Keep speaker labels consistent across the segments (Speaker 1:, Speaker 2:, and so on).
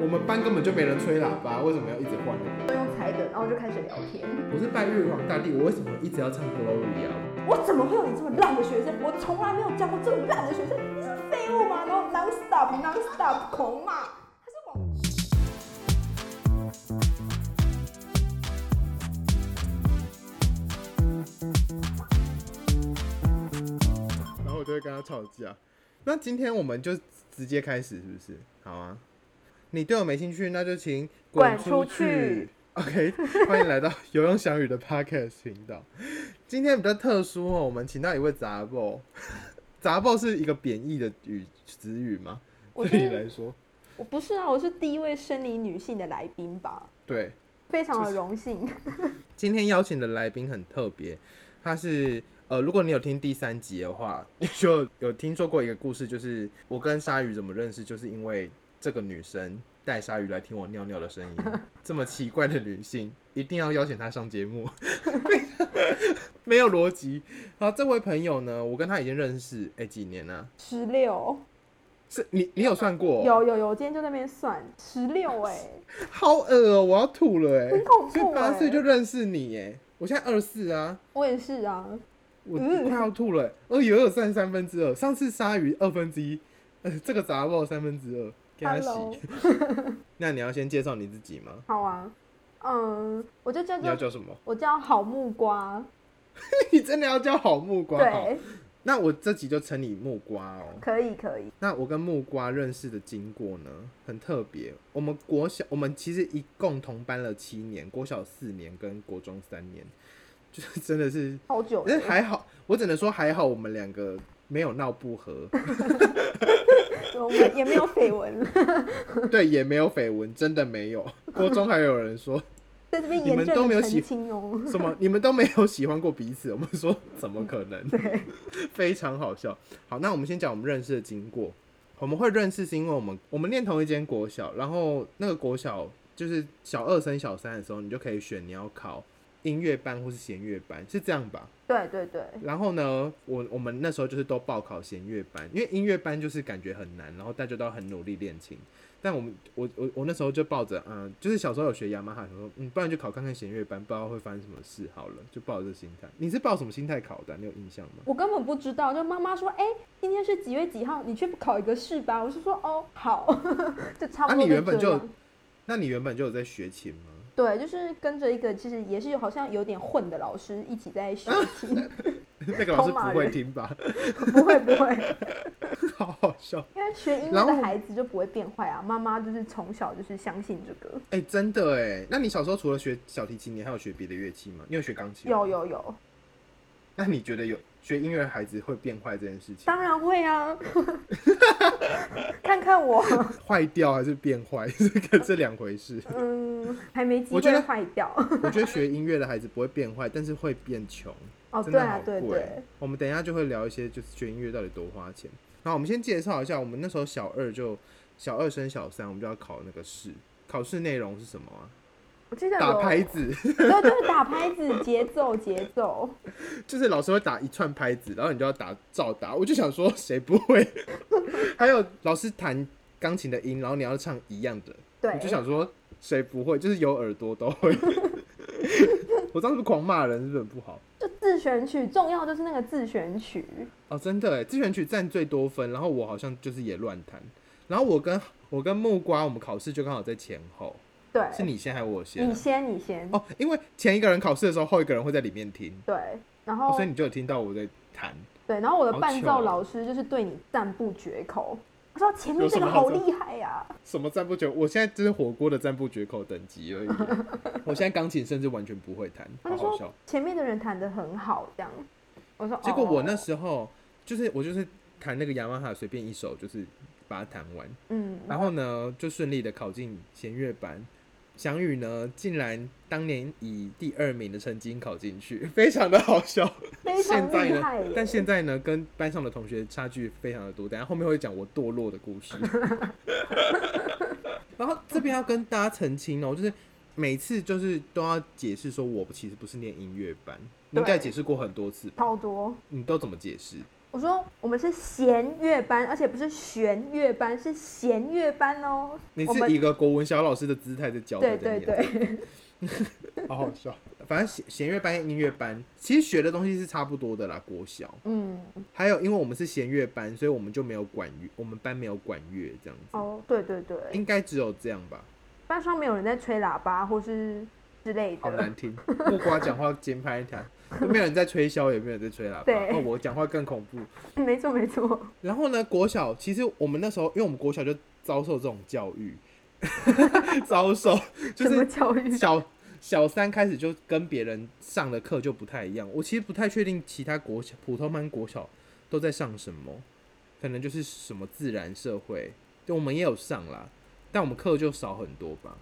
Speaker 1: 我们班根本就没人吹喇叭，为什么要一直换人？
Speaker 2: 都用猜的，然后就开始聊天。
Speaker 3: 我是拜玉皇大帝，我为什么一直要唱 Glory 啊？
Speaker 2: 我怎么会有你这么烂的学生？我从来没有教过这么烂的学生，你是废物吗？然后 non stop non stop 狂骂，他是网。
Speaker 1: 然后我就会跟他吵架。那今天我们就直接开始，是不是？好啊。你对我没兴趣，那就请滚
Speaker 2: 滚出去
Speaker 1: OK，欢迎来到游泳小雨的 Podcast 频道。今天比较特殊哦，我们请到一位杂报。 杂报是一个贬义的语词语吗？
Speaker 2: 我
Speaker 1: 对
Speaker 2: 觉
Speaker 1: 你
Speaker 2: 得
Speaker 1: 来说，
Speaker 2: 我不是啊，我是第一位生理女性的来宾吧，
Speaker 1: 对。
Speaker 2: 非常的荣幸。
Speaker 1: 今天邀请的来宾很特别，他是呃，如果你有听第三集的话，你就有听说过一个故事，就是我跟鲨鱼怎么认识，就是因为这个女生带鲨鱼来听我尿尿的声音，这么奇怪的女性，一定要邀请她上节目，没有逻辑。好，这位朋友呢，我跟他已经认识哎、几年啊？
Speaker 2: 十六，
Speaker 1: 是你你有算过？
Speaker 2: 有有有，我今天就在那边算十六哎，
Speaker 1: 好恶哦、我要吐了哎、
Speaker 2: 很恐
Speaker 1: 所以
Speaker 2: 怖
Speaker 1: 八
Speaker 2: 哎、
Speaker 1: 岁就认识你哎、我现在二四啊。
Speaker 2: 我也是啊，
Speaker 1: 我
Speaker 2: 嗯
Speaker 1: 快要吐了、欸，二有二算三分之二，上次鲨鱼二分之一，呃，这个杂报三分之二，给他
Speaker 2: Hello
Speaker 1: 洗。那你要先介绍你自己吗？
Speaker 2: 好啊，嗯，我就叫
Speaker 1: 你要
Speaker 2: 做
Speaker 1: 叫什么？
Speaker 2: 我叫好木瓜，
Speaker 1: 你真的要叫好木瓜？哦好，
Speaker 2: 对，
Speaker 1: 那我这集就称你木瓜哦。
Speaker 2: 可以可以，
Speaker 1: 那我跟木瓜认识的经过呢，很特别。我们国小，我们其实一共同班了七年，国小四年跟国中三年，就是真的 是
Speaker 2: 好久了
Speaker 1: 那，哎还好，我只能说还好，我们两个没有闹不和，
Speaker 2: 我们也没有绯闻了，
Speaker 1: 对，也没有绯闻，真的没有。 国中还有人说
Speaker 2: 在这边
Speaker 1: 你们
Speaker 2: 严
Speaker 1: 都
Speaker 2: 正
Speaker 1: 没
Speaker 2: 的
Speaker 1: 有喜
Speaker 2: 澄清哦。
Speaker 1: 什么你们都没有喜欢过彼此，我 们说怎么可能？
Speaker 2: 对，
Speaker 1: 非常好笑。好，那我们先讲我们认识的经过。我们会认识是因为我们我们念同一间国小，然后那个国小就是小二升小三的时候，你就可以选你要考音乐班或是弦乐班，是这样吧？
Speaker 2: 对对对，
Speaker 1: 然后呢，我我们那时候就是都报考弦乐班，因为音乐班就是感觉很难，然后大家都要很努力练琴。但我们我我我那时候就抱着嗯，就是小时候有学雅马哈，想说嗯，不然就考看看弦乐班，不知道会发生什么事好了，就抱着这心态。你是抱什么心态考的啊、你有印象吗？
Speaker 2: 我根本不知道，就妈妈说，哎、今天是几月几号，你去考一个试吧。我是说，哦，好， 就差不
Speaker 1: 啊
Speaker 2: 多、
Speaker 1: 你原本就有那你原本就有在学琴吗？
Speaker 2: 对，就是跟着一个其实也是好像有点混的老师一起在学 琴，
Speaker 1: 那个老师
Speaker 2: 偷骂
Speaker 1: 不会
Speaker 2: 人
Speaker 1: 听吧？
Speaker 2: 不会不会，
Speaker 1: 好好笑。
Speaker 2: 因为学音
Speaker 1: 然
Speaker 2: 乐
Speaker 1: 后
Speaker 2: 的孩子就不会变坏啊。妈妈就是从小就是相信这个，
Speaker 1: 哎、真的哎。那你小时候除了学小提琴，你还有学别的乐器吗？你有学钢琴？
Speaker 2: 有。有有，
Speaker 1: 那你觉得有学音乐的孩子会变坏这件事情？
Speaker 2: 当然会啊， 看看我，
Speaker 1: 坏掉还是变坏， 这个这两回事。
Speaker 2: 嗯，还没机
Speaker 1: 我觉
Speaker 2: 会
Speaker 1: 得
Speaker 2: 坏掉。
Speaker 1: 我觉得学音乐的孩子不会变坏，但是会变穷，
Speaker 2: 哦，
Speaker 1: 真
Speaker 2: 对
Speaker 1: 的
Speaker 2: 啊
Speaker 1: 好，贵。
Speaker 2: 对对，
Speaker 1: 我们等一下就会聊一些，就是学音乐到底多花钱。然后我们先介绍一下，我们那时候小二就小二升小三，我们就要考那个试，考试内容是什么啊？
Speaker 2: 我记得
Speaker 1: 打
Speaker 2: 有，
Speaker 1: 拍子，
Speaker 2: 对，就是打拍子，节奏节奏。
Speaker 1: 就是老师会打一串拍子，然后你就要打照打。我就想说谁不会？ 还有老师弹钢琴的音，然后你要唱一样的，
Speaker 2: 对
Speaker 1: 我，就想说谁不会，就是有耳朵都会。 我当时狂骂人是不是很不好？
Speaker 2: 就自选曲，重要就是那个自选曲。
Speaker 1: 哦，真的哎，自选曲占最多分，然后我好像就是也乱弹，然后我跟我跟木瓜，我们考试就刚好在前后，
Speaker 2: 对，
Speaker 1: 是你先还是我先
Speaker 2: 你
Speaker 1: 啊？
Speaker 2: 先，你先。
Speaker 1: 哦，因为前一个人考试的时候，后一个人会在里面听，
Speaker 2: 对，然
Speaker 1: 哦
Speaker 2: 后
Speaker 1: 所以你就有听到我在弹。
Speaker 2: 对，然后我的
Speaker 1: 好
Speaker 2: 伴
Speaker 1: 糗
Speaker 2: 奏
Speaker 1: 哦
Speaker 2: 老师就是对你赞不绝口，他说前
Speaker 1: 有
Speaker 2: 面这
Speaker 1: 什
Speaker 2: 个
Speaker 1: 么
Speaker 2: 好
Speaker 1: 好
Speaker 2: 厉害呀、
Speaker 1: 什么赞不绝？我现在就是火锅的赞不绝口等级 而已。我现在钢琴甚至完全不会弹，
Speaker 2: 他
Speaker 1: 好
Speaker 2: 就
Speaker 1: 好
Speaker 2: 说
Speaker 1: 笑。
Speaker 2: 前面的人弹得很好，这样。我说，
Speaker 1: 结果我那
Speaker 2: 哦
Speaker 1: 时候就是我就是弹那个雅马哈随便一首，就是把它弹完。
Speaker 2: 嗯，
Speaker 1: 然后呢，就顺利的考进弦乐班。翔宇呢，竟然当年以第二名的成绩考进去，非常的好笑。
Speaker 2: 非
Speaker 1: 现
Speaker 2: 常
Speaker 1: 在
Speaker 2: 厉
Speaker 1: 呢
Speaker 2: 害耶，
Speaker 1: 但现在呢，跟班上的同学差距非常的多。等一下后面会讲我堕落的故 事。然后这边要跟大家澄清哦，就是每次就是都要解释说我其实不是念音乐班，你应该
Speaker 2: 对
Speaker 1: 解释过很多次吧，
Speaker 2: 超多。
Speaker 1: 你都怎么解释？
Speaker 2: 我说我们是弦乐班，而且不是弦乐班，是弦乐班哦。
Speaker 1: 你
Speaker 2: 我
Speaker 1: 是
Speaker 2: 们
Speaker 1: 一个国文小老师的姿态在教
Speaker 2: 对
Speaker 1: 的，
Speaker 2: 对对，
Speaker 1: 好好笑。反正弦弦乐班、音乐班其实学的东西是差不多的啦，国小。
Speaker 2: 嗯，
Speaker 1: 还有，因为我们是弦乐班，所以我们就没有管乐，我们班没有管乐这样子，
Speaker 2: 哦，对对对，
Speaker 1: 应该只有这样吧。
Speaker 2: 班上没有人在吹喇叭或是之类
Speaker 1: 好
Speaker 2: 的
Speaker 1: 难，听，木瓜讲话尖拍一弹，都没有人在吹箫，也没有人在吹喇叭。
Speaker 2: 对
Speaker 1: 哦，我讲话更恐怖。
Speaker 2: 没错没错，
Speaker 1: 然后呢，国小其实我们那时候，因为我们国小就遭受这种教育， 遭受 就
Speaker 2: 什么
Speaker 1: 是
Speaker 2: 教育？
Speaker 1: 小小三开始就跟别人上的课就不太一样。我其实不太确定其他国小普通班国小都在上什么，可能就是什么自然社会，就我们也有上啦，但我们课就少很多吧。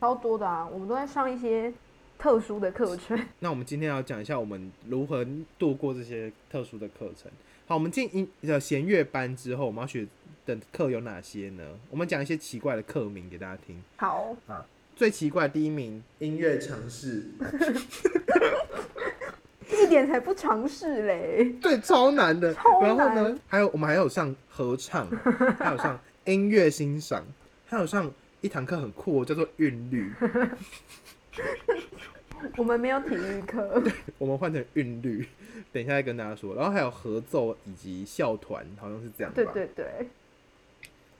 Speaker 2: 超多的啊，我们都在上一些特殊的课程。
Speaker 1: 那我们今天要讲一下我们如何度过这些特殊的课程。好，我们进音呃弦乐班之后，我们要学的课有哪些呢？我们讲一些奇怪的课名给大家听。
Speaker 2: 好，
Speaker 1: 最奇怪的第一名，音乐尝试，
Speaker 2: 一点才不尝试嘞。
Speaker 1: 对，超难的。
Speaker 2: 超
Speaker 1: 然
Speaker 2: 难
Speaker 1: 后呢，还有我们还有上合唱，还有上音乐欣赏，还有上一堂课很酷、哦，叫做韵律。
Speaker 2: 我们没有体育课，
Speaker 1: 我们换成韵律，等一下再跟大家说。然后还有合奏以及校团，好像是这样吧？
Speaker 2: 对对对，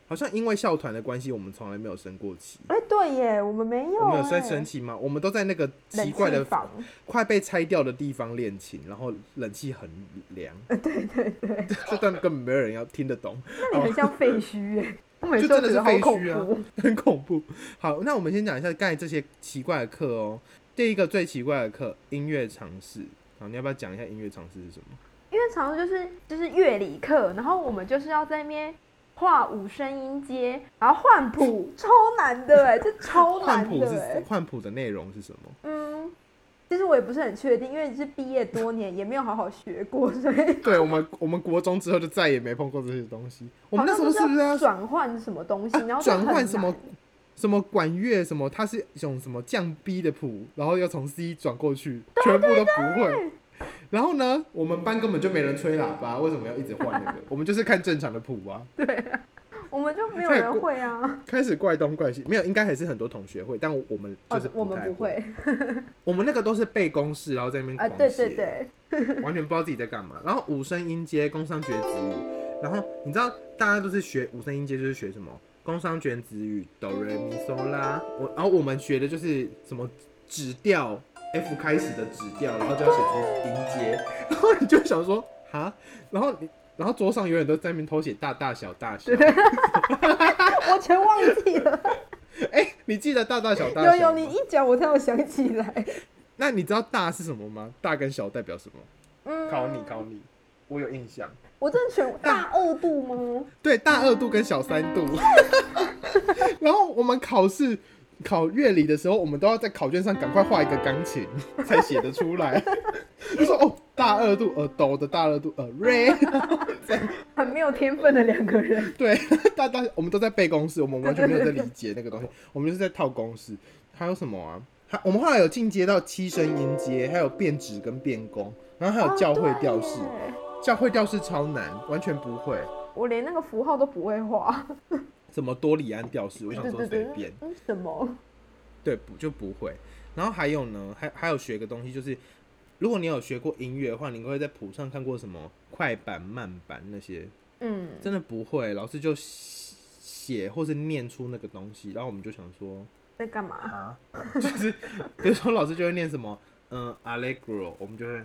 Speaker 1: 好像因为校团的关系，我们从来没有升过旗。
Speaker 2: 哎、对耶，我们没有、
Speaker 1: 我
Speaker 2: 哎
Speaker 1: 们有升升旗吗？我们都在那个奇怪
Speaker 2: 冷
Speaker 1: 的哦
Speaker 2: 气、房，
Speaker 1: 快被拆掉的地方练琴，然后冷气很凉。
Speaker 2: 呃
Speaker 1: 对对对， 这段根本没有人要听得懂，
Speaker 2: 那你很像废墟 耶。我每
Speaker 1: 就
Speaker 2: 次都
Speaker 1: 真的
Speaker 2: 觉得
Speaker 1: 是
Speaker 2: 好
Speaker 1: 废
Speaker 2: 恐
Speaker 1: 墟啊
Speaker 2: 怖，，
Speaker 1: 很恐怖。好，那我们先讲一下刚才这些奇怪的课哦。第一个最奇怪的课，音乐常识。好，你要不要讲一下音乐常识是什么？
Speaker 2: 因为常常就是就是乐理课，然后我们就是要在那边画五声音阶，然后换谱，超难的哎，这超
Speaker 1: 换
Speaker 2: 难
Speaker 1: 谱
Speaker 2: 的
Speaker 1: 是
Speaker 2: 哎。
Speaker 1: 换谱的内容是什么？
Speaker 2: 嗯，其实我也不是很确定，因为是毕业多年也没有好好学过，所以
Speaker 1: 对我们，我们国中之后就再也没碰过这些东西。我们那时候
Speaker 2: 好像
Speaker 1: 是
Speaker 2: 就
Speaker 1: 不
Speaker 2: 是
Speaker 1: 是要
Speaker 2: 要转换什么东西，
Speaker 1: 啊
Speaker 2: 然后就
Speaker 1: 转
Speaker 2: 很
Speaker 1: 换什么
Speaker 2: 难
Speaker 1: 什么管乐什么，它是一种什么降 B 的谱，然后要从 C 转过去，全部都不会。然后呢，我们班根本就没人吹喇叭，为什么要一直换那个？我们就是看正常的谱啊。
Speaker 2: 我们就没有
Speaker 1: 太
Speaker 2: 人
Speaker 1: 过
Speaker 2: 会啊，
Speaker 1: 开始怪东怪西，没有，应该还是很多同学会，但我们 就是
Speaker 2: 哦、我们
Speaker 1: 太
Speaker 2: 不会
Speaker 1: 我们那个都是背公式，然后在那边
Speaker 2: 啊，
Speaker 1: 狂
Speaker 2: 对
Speaker 1: 写
Speaker 2: 对对，
Speaker 1: 完全不知道自己在干嘛。然后五声音阶、工商角子语，然后你知道大家都是学五声音阶，就是学什么工商角子语哆来咪嗦啦。我然后我们学的就是什么指调 F 开始的指调，然后就要写出音阶， 然后你就想说哈，然后你然后桌上永远都在那边偷写大大小大 小，
Speaker 2: 我全忘记 了，
Speaker 1: 哎、你记得大大小大
Speaker 2: 有
Speaker 1: 小
Speaker 2: 有
Speaker 1: 吗
Speaker 2: 你一讲我才有想起来，
Speaker 1: 那你知道大是什么吗？大跟小代表什么？
Speaker 2: 嗯，
Speaker 1: 考你考你，我有印象。
Speaker 2: 我真的全大二度吗？
Speaker 1: 对，大二度跟小三 度。然后我们考试考乐理的时候，我们都要在考卷上赶快画一个钢 琴，才写得出 来。就说哦，大二度呃哆的大二度呃瑞，
Speaker 2: 很没有天分的两个人，
Speaker 1: 对，大大我们都在背公式，我们完全没有在理解那个东西，我们就是在套公式。还有什么啊？还我们后来有进阶到七声音阶，还有变指跟变弓，然 后还有教会调式，
Speaker 2: 哦对耶
Speaker 1: 教会调式超难，完全不会。
Speaker 2: 我连那个符号都不会画，
Speaker 1: 什么多里安调式，我
Speaker 2: 对
Speaker 1: 想
Speaker 2: 对
Speaker 1: 说
Speaker 2: 对
Speaker 1: 随
Speaker 2: 对，
Speaker 1: 便。
Speaker 2: 嗯什么？
Speaker 1: 对，不就不会。然后还有呢，还还有学个东西，就是如果你有学过音乐的话，你会在谱上看过什么快板、慢板那些，
Speaker 2: 嗯，
Speaker 1: 真的不会，老师就写写或是念出那个东西，然后我们就想说，
Speaker 2: 在干嘛？
Speaker 1: 就是比如说老师就会念什么，嗯，allegro，我们就会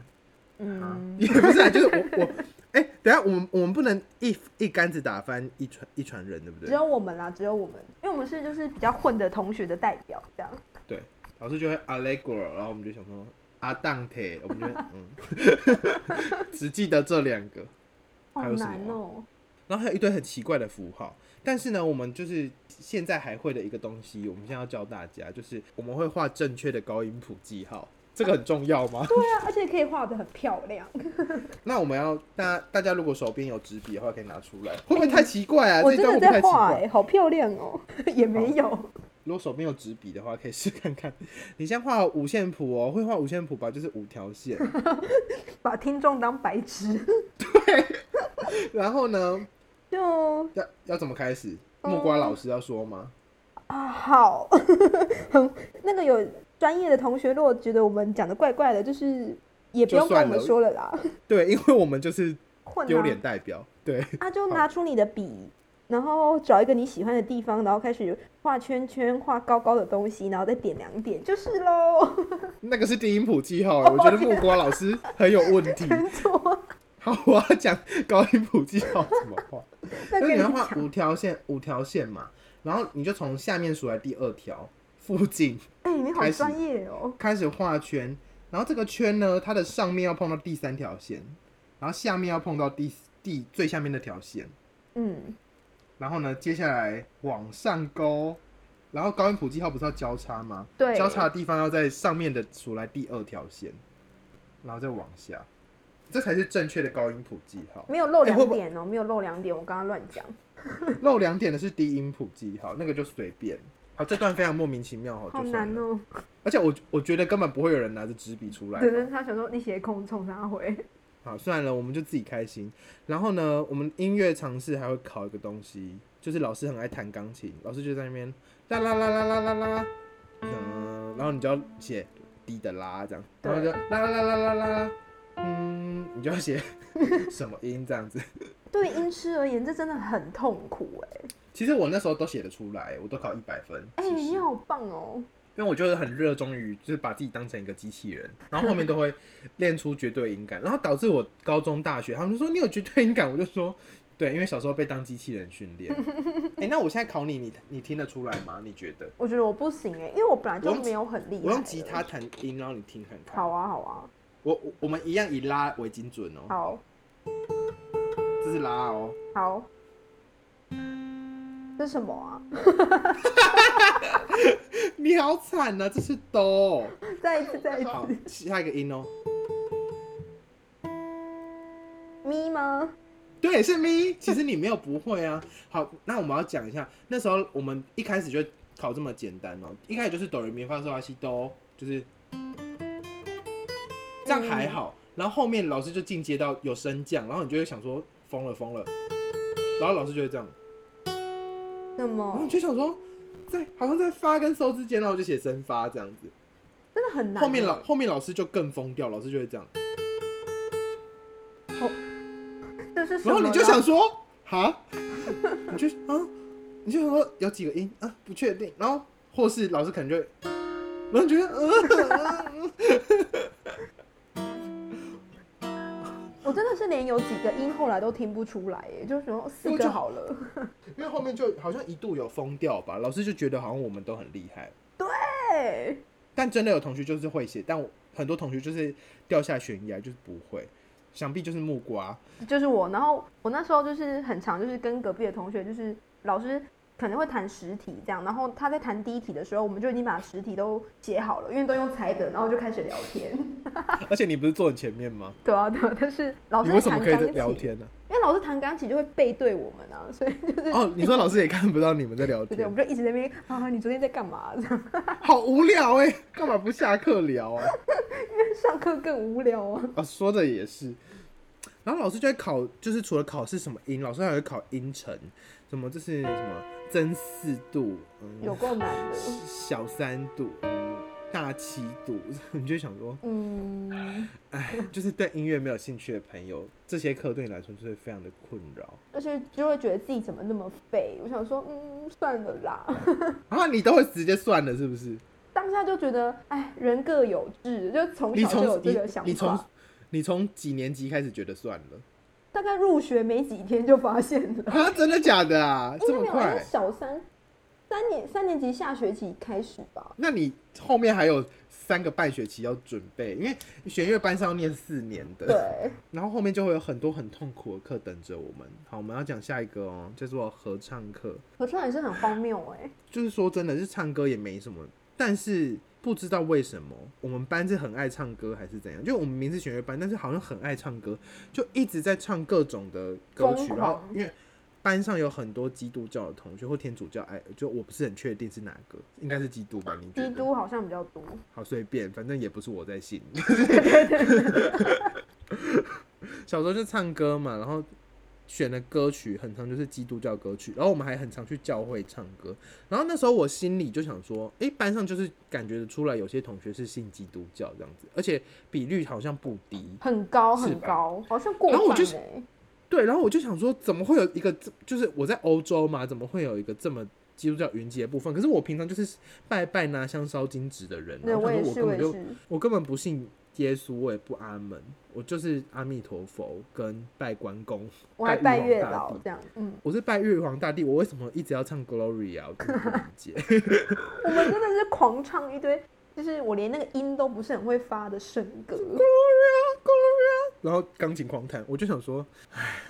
Speaker 2: 嗯，
Speaker 1: 也不是啊，就是我我。哎、等一下，我们我们不能一一竿子打翻一船一船人，对不
Speaker 2: 只
Speaker 1: 对？
Speaker 2: 有我们啦，啊只有我们，因为我们是就是比较混的同学的代表，这样。
Speaker 1: 对，老师就会 allegro，然后我们就想说阿当铁，我们就 会嗯， 只记得这两个。
Speaker 2: 好
Speaker 1: 还有什
Speaker 2: 难
Speaker 1: 么
Speaker 2: 哦、
Speaker 1: 然后还有一堆很奇怪的符号。但是呢，我们就是现在还会的一个东西，我们现在要教大家，就是我们会画正确的高音谱记号，这个很重要 吗？
Speaker 2: 对啊，而且可以画的很漂亮。
Speaker 1: 那我们要大家大家如果手边有纸笔的话，可以拿出来，会不会太奇怪 啊？
Speaker 2: 我
Speaker 1: 这一
Speaker 2: 真
Speaker 1: 段会
Speaker 2: 的
Speaker 1: 不会
Speaker 2: 在
Speaker 1: 太奇
Speaker 2: 画哎、
Speaker 1: 怪？
Speaker 2: 好漂亮哦、 也没有。
Speaker 1: 如果手边有纸笔的话，可以试看看。 你先画五线谱哦，会画 五线谱吧？就是五条线。
Speaker 2: 把听众当白痴。
Speaker 1: 然后呢，
Speaker 2: 就
Speaker 1: 要要怎么开始？木瓜老师要说吗？
Speaker 2: 啊好， 很那个有专业的同学，如果觉得我们讲的怪怪的，就是也不
Speaker 1: 就
Speaker 2: 用跟我
Speaker 1: 算
Speaker 2: 们
Speaker 1: 了
Speaker 2: 说了啦，
Speaker 1: 对，因为我们就是
Speaker 2: 混
Speaker 1: 丢
Speaker 2: 啊
Speaker 1: 脸代表， 对，
Speaker 2: 啊，就
Speaker 1: 好
Speaker 2: 拿出你的笔，然后找一个你喜欢的地方，然后开始画圈圈，画高高的东西，然后再点两点，就是 喽。
Speaker 1: 那个是低音谱记号欸，我觉得木瓜老师很有问 题。
Speaker 2: 没错，
Speaker 1: 好，我要讲高音谱记号怎么 画。
Speaker 2: 那
Speaker 1: 就是
Speaker 2: 跟
Speaker 1: 你要
Speaker 2: 你
Speaker 1: 画
Speaker 2: 讲，
Speaker 1: 五条线，五条线嘛，然后你就从下面数来第二条附 近
Speaker 2: 哎、你好
Speaker 1: 开始
Speaker 2: 专业哦。
Speaker 1: 开始画圈，然后这个圈呢，它的上面要碰到第三条线，然后下面要碰到第第最下面那条线，
Speaker 2: 嗯，
Speaker 1: 然后呢，接下来往上勾，然后高音谱记号不是要交叉吗？
Speaker 2: 对，
Speaker 1: 交叉的地方要在上面的数来第二条线，然后再往下，这才是正确的高音谱记号。
Speaker 2: 没有漏
Speaker 1: 哎会
Speaker 2: 两
Speaker 1: 不会
Speaker 2: 点哦，没有漏两点，我刚刚乱讲。嗯
Speaker 1: 漏两点的是低音谱记号，那个就随便。好，这段非常莫名其妙哦，
Speaker 2: 好
Speaker 1: 就算
Speaker 2: 难
Speaker 1: 了。
Speaker 2: 哦，
Speaker 1: 而且我我觉得根本不会有人拿着纸笔出来
Speaker 2: 只。能他想说你写空冲他回。
Speaker 1: 好，算了，我们就自己开心。然后呢，我们音乐尝试还会考一个东西，就是老师很爱弹钢琴，老师就在那边啦啦啦啦啦啦啦，嗯，然后你就要写低的啦这样，然后就啦啦啦啦啦啦，嗯，你就要写 什么音这样子。
Speaker 2: 对音痴而言，这真的很痛苦哎、
Speaker 1: 其实我那时候都写得出来，我都考一百分。
Speaker 2: 哎、
Speaker 1: 其实
Speaker 2: 你好棒哦！
Speaker 1: 因为我就是很热衷于就是把自己当成一个机器人，然后后面都会练出绝对音感，然后导致我高中、大学他们就说你有绝对音感，我就说对，因为小时候被当机器人训 练。哎、那我现在考你，你你听得出来吗？你觉得？
Speaker 2: 我觉得我不行哎、因为我本来就
Speaker 1: 我用
Speaker 2: 没有很厉害。
Speaker 1: 我用吉他。弹音，然后你听看看。
Speaker 2: 好，啊，好啊，
Speaker 1: 我我我们一样以拉为精准哦、
Speaker 2: 好。
Speaker 1: 这是拉哦、
Speaker 2: 好，这是什么啊？
Speaker 1: 你好惨呐、这是哆哦、
Speaker 2: 再一次，再一
Speaker 1: 好
Speaker 2: 次，，
Speaker 1: 下一个音哦、
Speaker 2: 咪吗？
Speaker 1: 对，是 咪。其实你没有不会啊。好，那我们要讲一下，那时候我们一开始就考这么简单哦、一开始就是哆来咪发嗦拉西哆，就是这样还
Speaker 2: 嗯
Speaker 1: 好。然后后面老师就进阶到有升降，然后你就会想说疯了疯了，然后老师就会这样，
Speaker 2: 哦什
Speaker 1: 然后
Speaker 2: 么
Speaker 1: 你？就想说在好像在发跟收之间，然后我就写升发这样子。
Speaker 2: 真的很难欸。
Speaker 1: 后面老后面老师就更疯掉，老师就会这样，
Speaker 2: 欸这是什
Speaker 1: 然后
Speaker 2: 么呢？
Speaker 1: 你就想说哈，你就啊，你就想说有几个音啊不确定，然后或是老师可能就会，然后你觉得嗯、
Speaker 2: 我真的是连有几个音后来都听不出来欸，就是说四
Speaker 1: 因为
Speaker 2: 个
Speaker 1: 就
Speaker 2: 好了。
Speaker 1: 因为后面就好像一度有疯掉吧，老师就觉得好像我们都很厉害，
Speaker 2: 对，
Speaker 1: 但真的有同学就是会写，但我很多同学就是掉下悬崖就是不会，想必就是木瓜，
Speaker 2: 就是我。然后我那时候就是很常就是跟隔壁的同学，就是老师可能会弹十题这样，然后他在弹第一题的时候，我们就已经把十题都写好了，因为都用猜的，然后就开始聊 天。
Speaker 1: 而且你不是坐很前面吗？
Speaker 2: 对啊，对啊，但是老
Speaker 1: 你
Speaker 2: 师
Speaker 1: 为什
Speaker 2: 在
Speaker 1: 么
Speaker 2: 弹
Speaker 1: 可以在
Speaker 2: 钢
Speaker 1: 聊
Speaker 2: 琴。
Speaker 1: 天呢、
Speaker 2: 因为老师弹钢琴就会背对我们啊，所以就是、
Speaker 1: 哦，你说老师也看不到你们在聊
Speaker 2: 对对，我
Speaker 1: 天
Speaker 2: 们，就一直在那边啊，你昨天在干嘛？这样
Speaker 1: 好无聊哎、干嘛不下课聊啊？
Speaker 2: 上课更无聊啊。
Speaker 1: 啊，说的也是。然后老师就会考，就是除了考试什么音，老师还会考音程，什么就是什么增四度，
Speaker 2: 有
Speaker 1: 嗯，
Speaker 2: 够难的。
Speaker 1: 小三度，嗯，大七度， 你就想说，
Speaker 2: 嗯，
Speaker 1: 哎，就是对音乐没有兴趣的朋友，这些课对你来说就会非常的困扰。
Speaker 2: 而且就会觉得自己怎么那么废。我想说，嗯，算了啦。
Speaker 1: 然后啊你都会直接算了，是不是？
Speaker 2: 当下就觉得，哎，人各有志，就从
Speaker 1: 你
Speaker 2: 小就
Speaker 1: 从
Speaker 2: 有这
Speaker 1: 你
Speaker 2: 个想
Speaker 1: 你从
Speaker 2: 法。
Speaker 1: 你从几年级开始觉得算了？
Speaker 2: 大概入学没几天就发现了，
Speaker 1: 啊，真的假的 啊？
Speaker 2: 应
Speaker 1: 这
Speaker 2: 该
Speaker 1: 么
Speaker 2: 没有，好像
Speaker 1: 快？
Speaker 2: 小三三年三年级下学期开始吧。
Speaker 1: 那你后面还有三个半学期要准备，因为弦乐班是要念四年的，
Speaker 2: 对，
Speaker 1: 然后后面就会有很多很痛苦的课等着我们。好，我们要讲下一个哦，叫做合唱课。
Speaker 2: 合唱也是很荒谬哎、
Speaker 1: 就是说真的是唱歌也没什么，但是不知道为什么我们班是很爱唱歌还是怎样，就我们名字弦乐班，但是好像很爱唱歌，就一直在唱各种的歌曲
Speaker 2: 疯，狂
Speaker 1: 然后因为。班上有很多基督教的同学或天主教，哎，就我不是很确定是哪个，应该是基督吧？你觉得
Speaker 2: 基督好像比较多。
Speaker 1: 好随便，反正也不是我在 信。小时候就唱歌嘛，然后选的歌曲很常就是基督教歌曲，然后我们还很常去教会唱歌。然后那时候我心里就想说，诶、班上就是感觉得出来有些同学是信基督教这样子，而且比率好像不低。
Speaker 2: 很高
Speaker 1: 是
Speaker 2: 很
Speaker 1: 吧
Speaker 2: 高，好像过
Speaker 1: 然后我
Speaker 2: 半
Speaker 1: 就
Speaker 2: 哎、
Speaker 1: 对，然后我就想说，怎么会有一个这就是我在欧洲嘛，怎么会有一个这么基督教云集的部分？可是我平常就是拜拜拿香烧金纸的人啊，
Speaker 2: 对，
Speaker 1: 我
Speaker 2: 我
Speaker 1: 想
Speaker 2: 也
Speaker 1: 说我根
Speaker 2: 是，我
Speaker 1: 本
Speaker 2: 也。
Speaker 1: 就是我根本不信耶稣，我也不阿门，我就是阿弥陀佛跟拜关公，
Speaker 2: 我还
Speaker 1: 拜
Speaker 2: 拜
Speaker 1: 玉皇
Speaker 2: 月
Speaker 1: 大
Speaker 2: 老
Speaker 1: 帝
Speaker 2: 这样，嗯，
Speaker 1: 我是拜玉皇大帝，我为什么一直要唱 Glory 啊？我真的不理解。
Speaker 2: 我们真的是狂唱一堆，就是我连那个音都不是很会发的圣歌，
Speaker 1: 然后钢琴狂弹，我就想说，唉，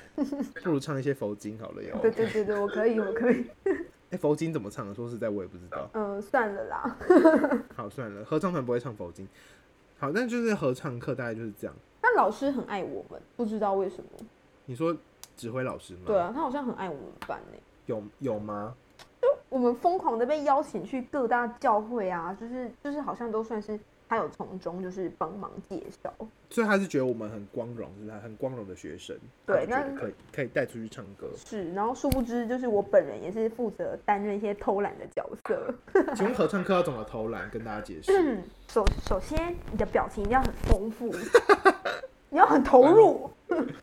Speaker 1: 不如唱一些佛经好了哟。
Speaker 2: 对对对对，我可以，我可以，
Speaker 1: 哎、佛经怎么唱啊？说实在，我也不知道。
Speaker 2: 嗯、算了啦，
Speaker 1: 好，算了，合唱团不会唱佛经。好，但就是合唱课大概就是这样。
Speaker 2: 但老师很爱我们，不知道为什么，
Speaker 1: 你说指挥老师吗？
Speaker 2: 对，啊，他好像很爱我们班呢、
Speaker 1: 有有吗？
Speaker 2: 我们疯狂的被邀请去各大教会啊，就是就是好像都算是他有从中就是帮忙介绍，
Speaker 1: 所以他是觉得我们很光荣，是不是？很光荣的学生，
Speaker 2: 对
Speaker 1: 他就觉
Speaker 2: 那
Speaker 1: 得可以可以带出去唱歌。
Speaker 2: 是，然后殊不知就是我本人也是负责担任一些偷懒的角色。
Speaker 1: 请问合唱课要怎么投篮？跟大家解释。
Speaker 2: 嗯，首首先你的表情一定要很丰 富，你要很投入。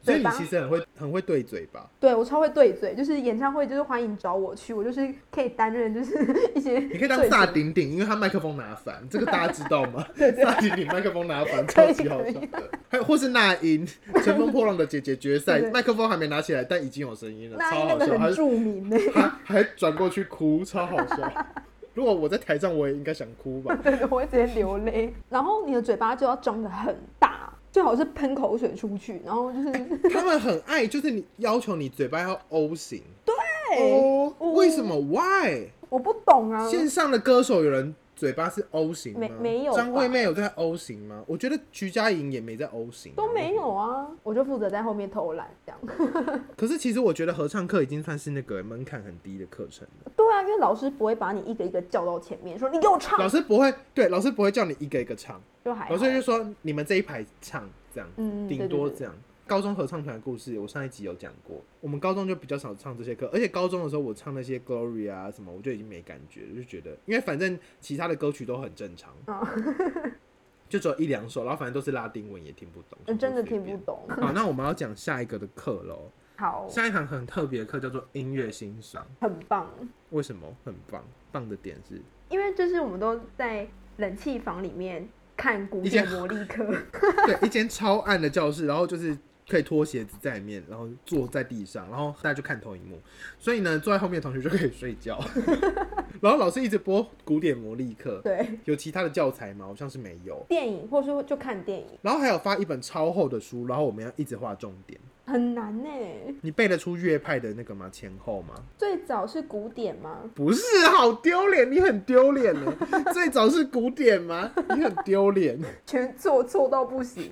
Speaker 1: 所以
Speaker 2: 嘴
Speaker 1: 你
Speaker 2: 巴
Speaker 1: 其实很会很会对嘴吧？
Speaker 2: 对我超会对嘴，就是演唱会就是欢迎找我去，我就是可以担任就是一些
Speaker 1: 你可以当
Speaker 2: 对
Speaker 1: 萨
Speaker 2: 嘴
Speaker 1: 顶顶，因为他麦克风拿反，这个大家知道 吗？萨顶顶麦克风拿反，
Speaker 2: 可
Speaker 1: 超
Speaker 2: 以
Speaker 1: 级好
Speaker 2: 可以
Speaker 1: 笑的。还有或是那 英《乘风破浪的姐姐》决赛，
Speaker 2: 对
Speaker 1: 麦克风还没拿起来，但已经有声音了，
Speaker 2: 那
Speaker 1: 超
Speaker 2: 那
Speaker 1: 好
Speaker 2: 个
Speaker 1: 笑。
Speaker 2: 很
Speaker 1: 还
Speaker 2: 著名的、
Speaker 1: 还还转过去哭，超好笑。 如果我在台上，我也应该想哭吧。
Speaker 2: 对对，我会直接流泪。然后你的嘴巴就要张得很大，最好是喷口水出去，然后就是
Speaker 1: 他们很爱，就是你要求你嘴巴要 O 型。
Speaker 2: 对
Speaker 1: 哦，
Speaker 2: 哦
Speaker 1: 为什么？Why？
Speaker 2: 我不懂啊，
Speaker 1: 线上的歌手有人嘴巴是 O 型吗？
Speaker 2: 没没有吧
Speaker 1: 张惠妹有在 O 型吗？我觉得徐佳莹也没在 O 型啊、
Speaker 2: 都没有啊，我就负责在后面偷懒这样。
Speaker 1: 可是其实我觉得合唱课已经算是那个门槛很低的课程了。
Speaker 2: 对啊，因为老师不会把你一个一个叫到前面说你给我唱，
Speaker 1: 老师不会，对，老师不会叫你一个一个唱，
Speaker 2: 就还好
Speaker 1: 老师哦就说你们这一排唱这样，
Speaker 2: 嗯对
Speaker 1: 顶
Speaker 2: 对
Speaker 1: 多
Speaker 2: 对
Speaker 1: 这样。高中合唱团的故事，我上一集有讲过。我们高中就比较少唱这些歌，而且高中的时候我唱那些 Glory 啊什么，我就已经没感觉了，就觉得因为反正其他的歌曲都很正常，
Speaker 2: 哦
Speaker 1: 就只有一两首，然后反正都是拉丁文，也听不懂，
Speaker 2: 呃真的
Speaker 1: 想说随
Speaker 2: 听不
Speaker 1: 便。
Speaker 2: 懂。
Speaker 1: 好，那我们要讲下一个的课喽。
Speaker 2: 好，
Speaker 1: 下一堂很特别的课叫做音乐欣赏。
Speaker 2: 很棒，
Speaker 1: 为什么很棒？棒的点是
Speaker 2: 因为就是我们都在冷气房里面看古
Speaker 1: 一间
Speaker 2: 典魔力课，
Speaker 1: 对一间超暗的教室，然后就是可以脱鞋子在里面，然后坐在地上，然后大家就看投影幕，所以呢，坐在后面的同学就可以睡 觉。然后老师一直播古典魔力课，
Speaker 2: 对，
Speaker 1: 有其他的教材吗？好像是没有。
Speaker 2: 电影或是就看电影，
Speaker 1: 然后还有发一本超厚的书，然后我们要一直画重点。
Speaker 2: 很难呢、
Speaker 1: 你背得出乐派的那个吗？前后吗？
Speaker 2: 最早是古典吗？
Speaker 1: 不是，好丢脸，你很丢脸欸呢。 最早是古典吗？你很丢脸。
Speaker 2: 全错错到不行。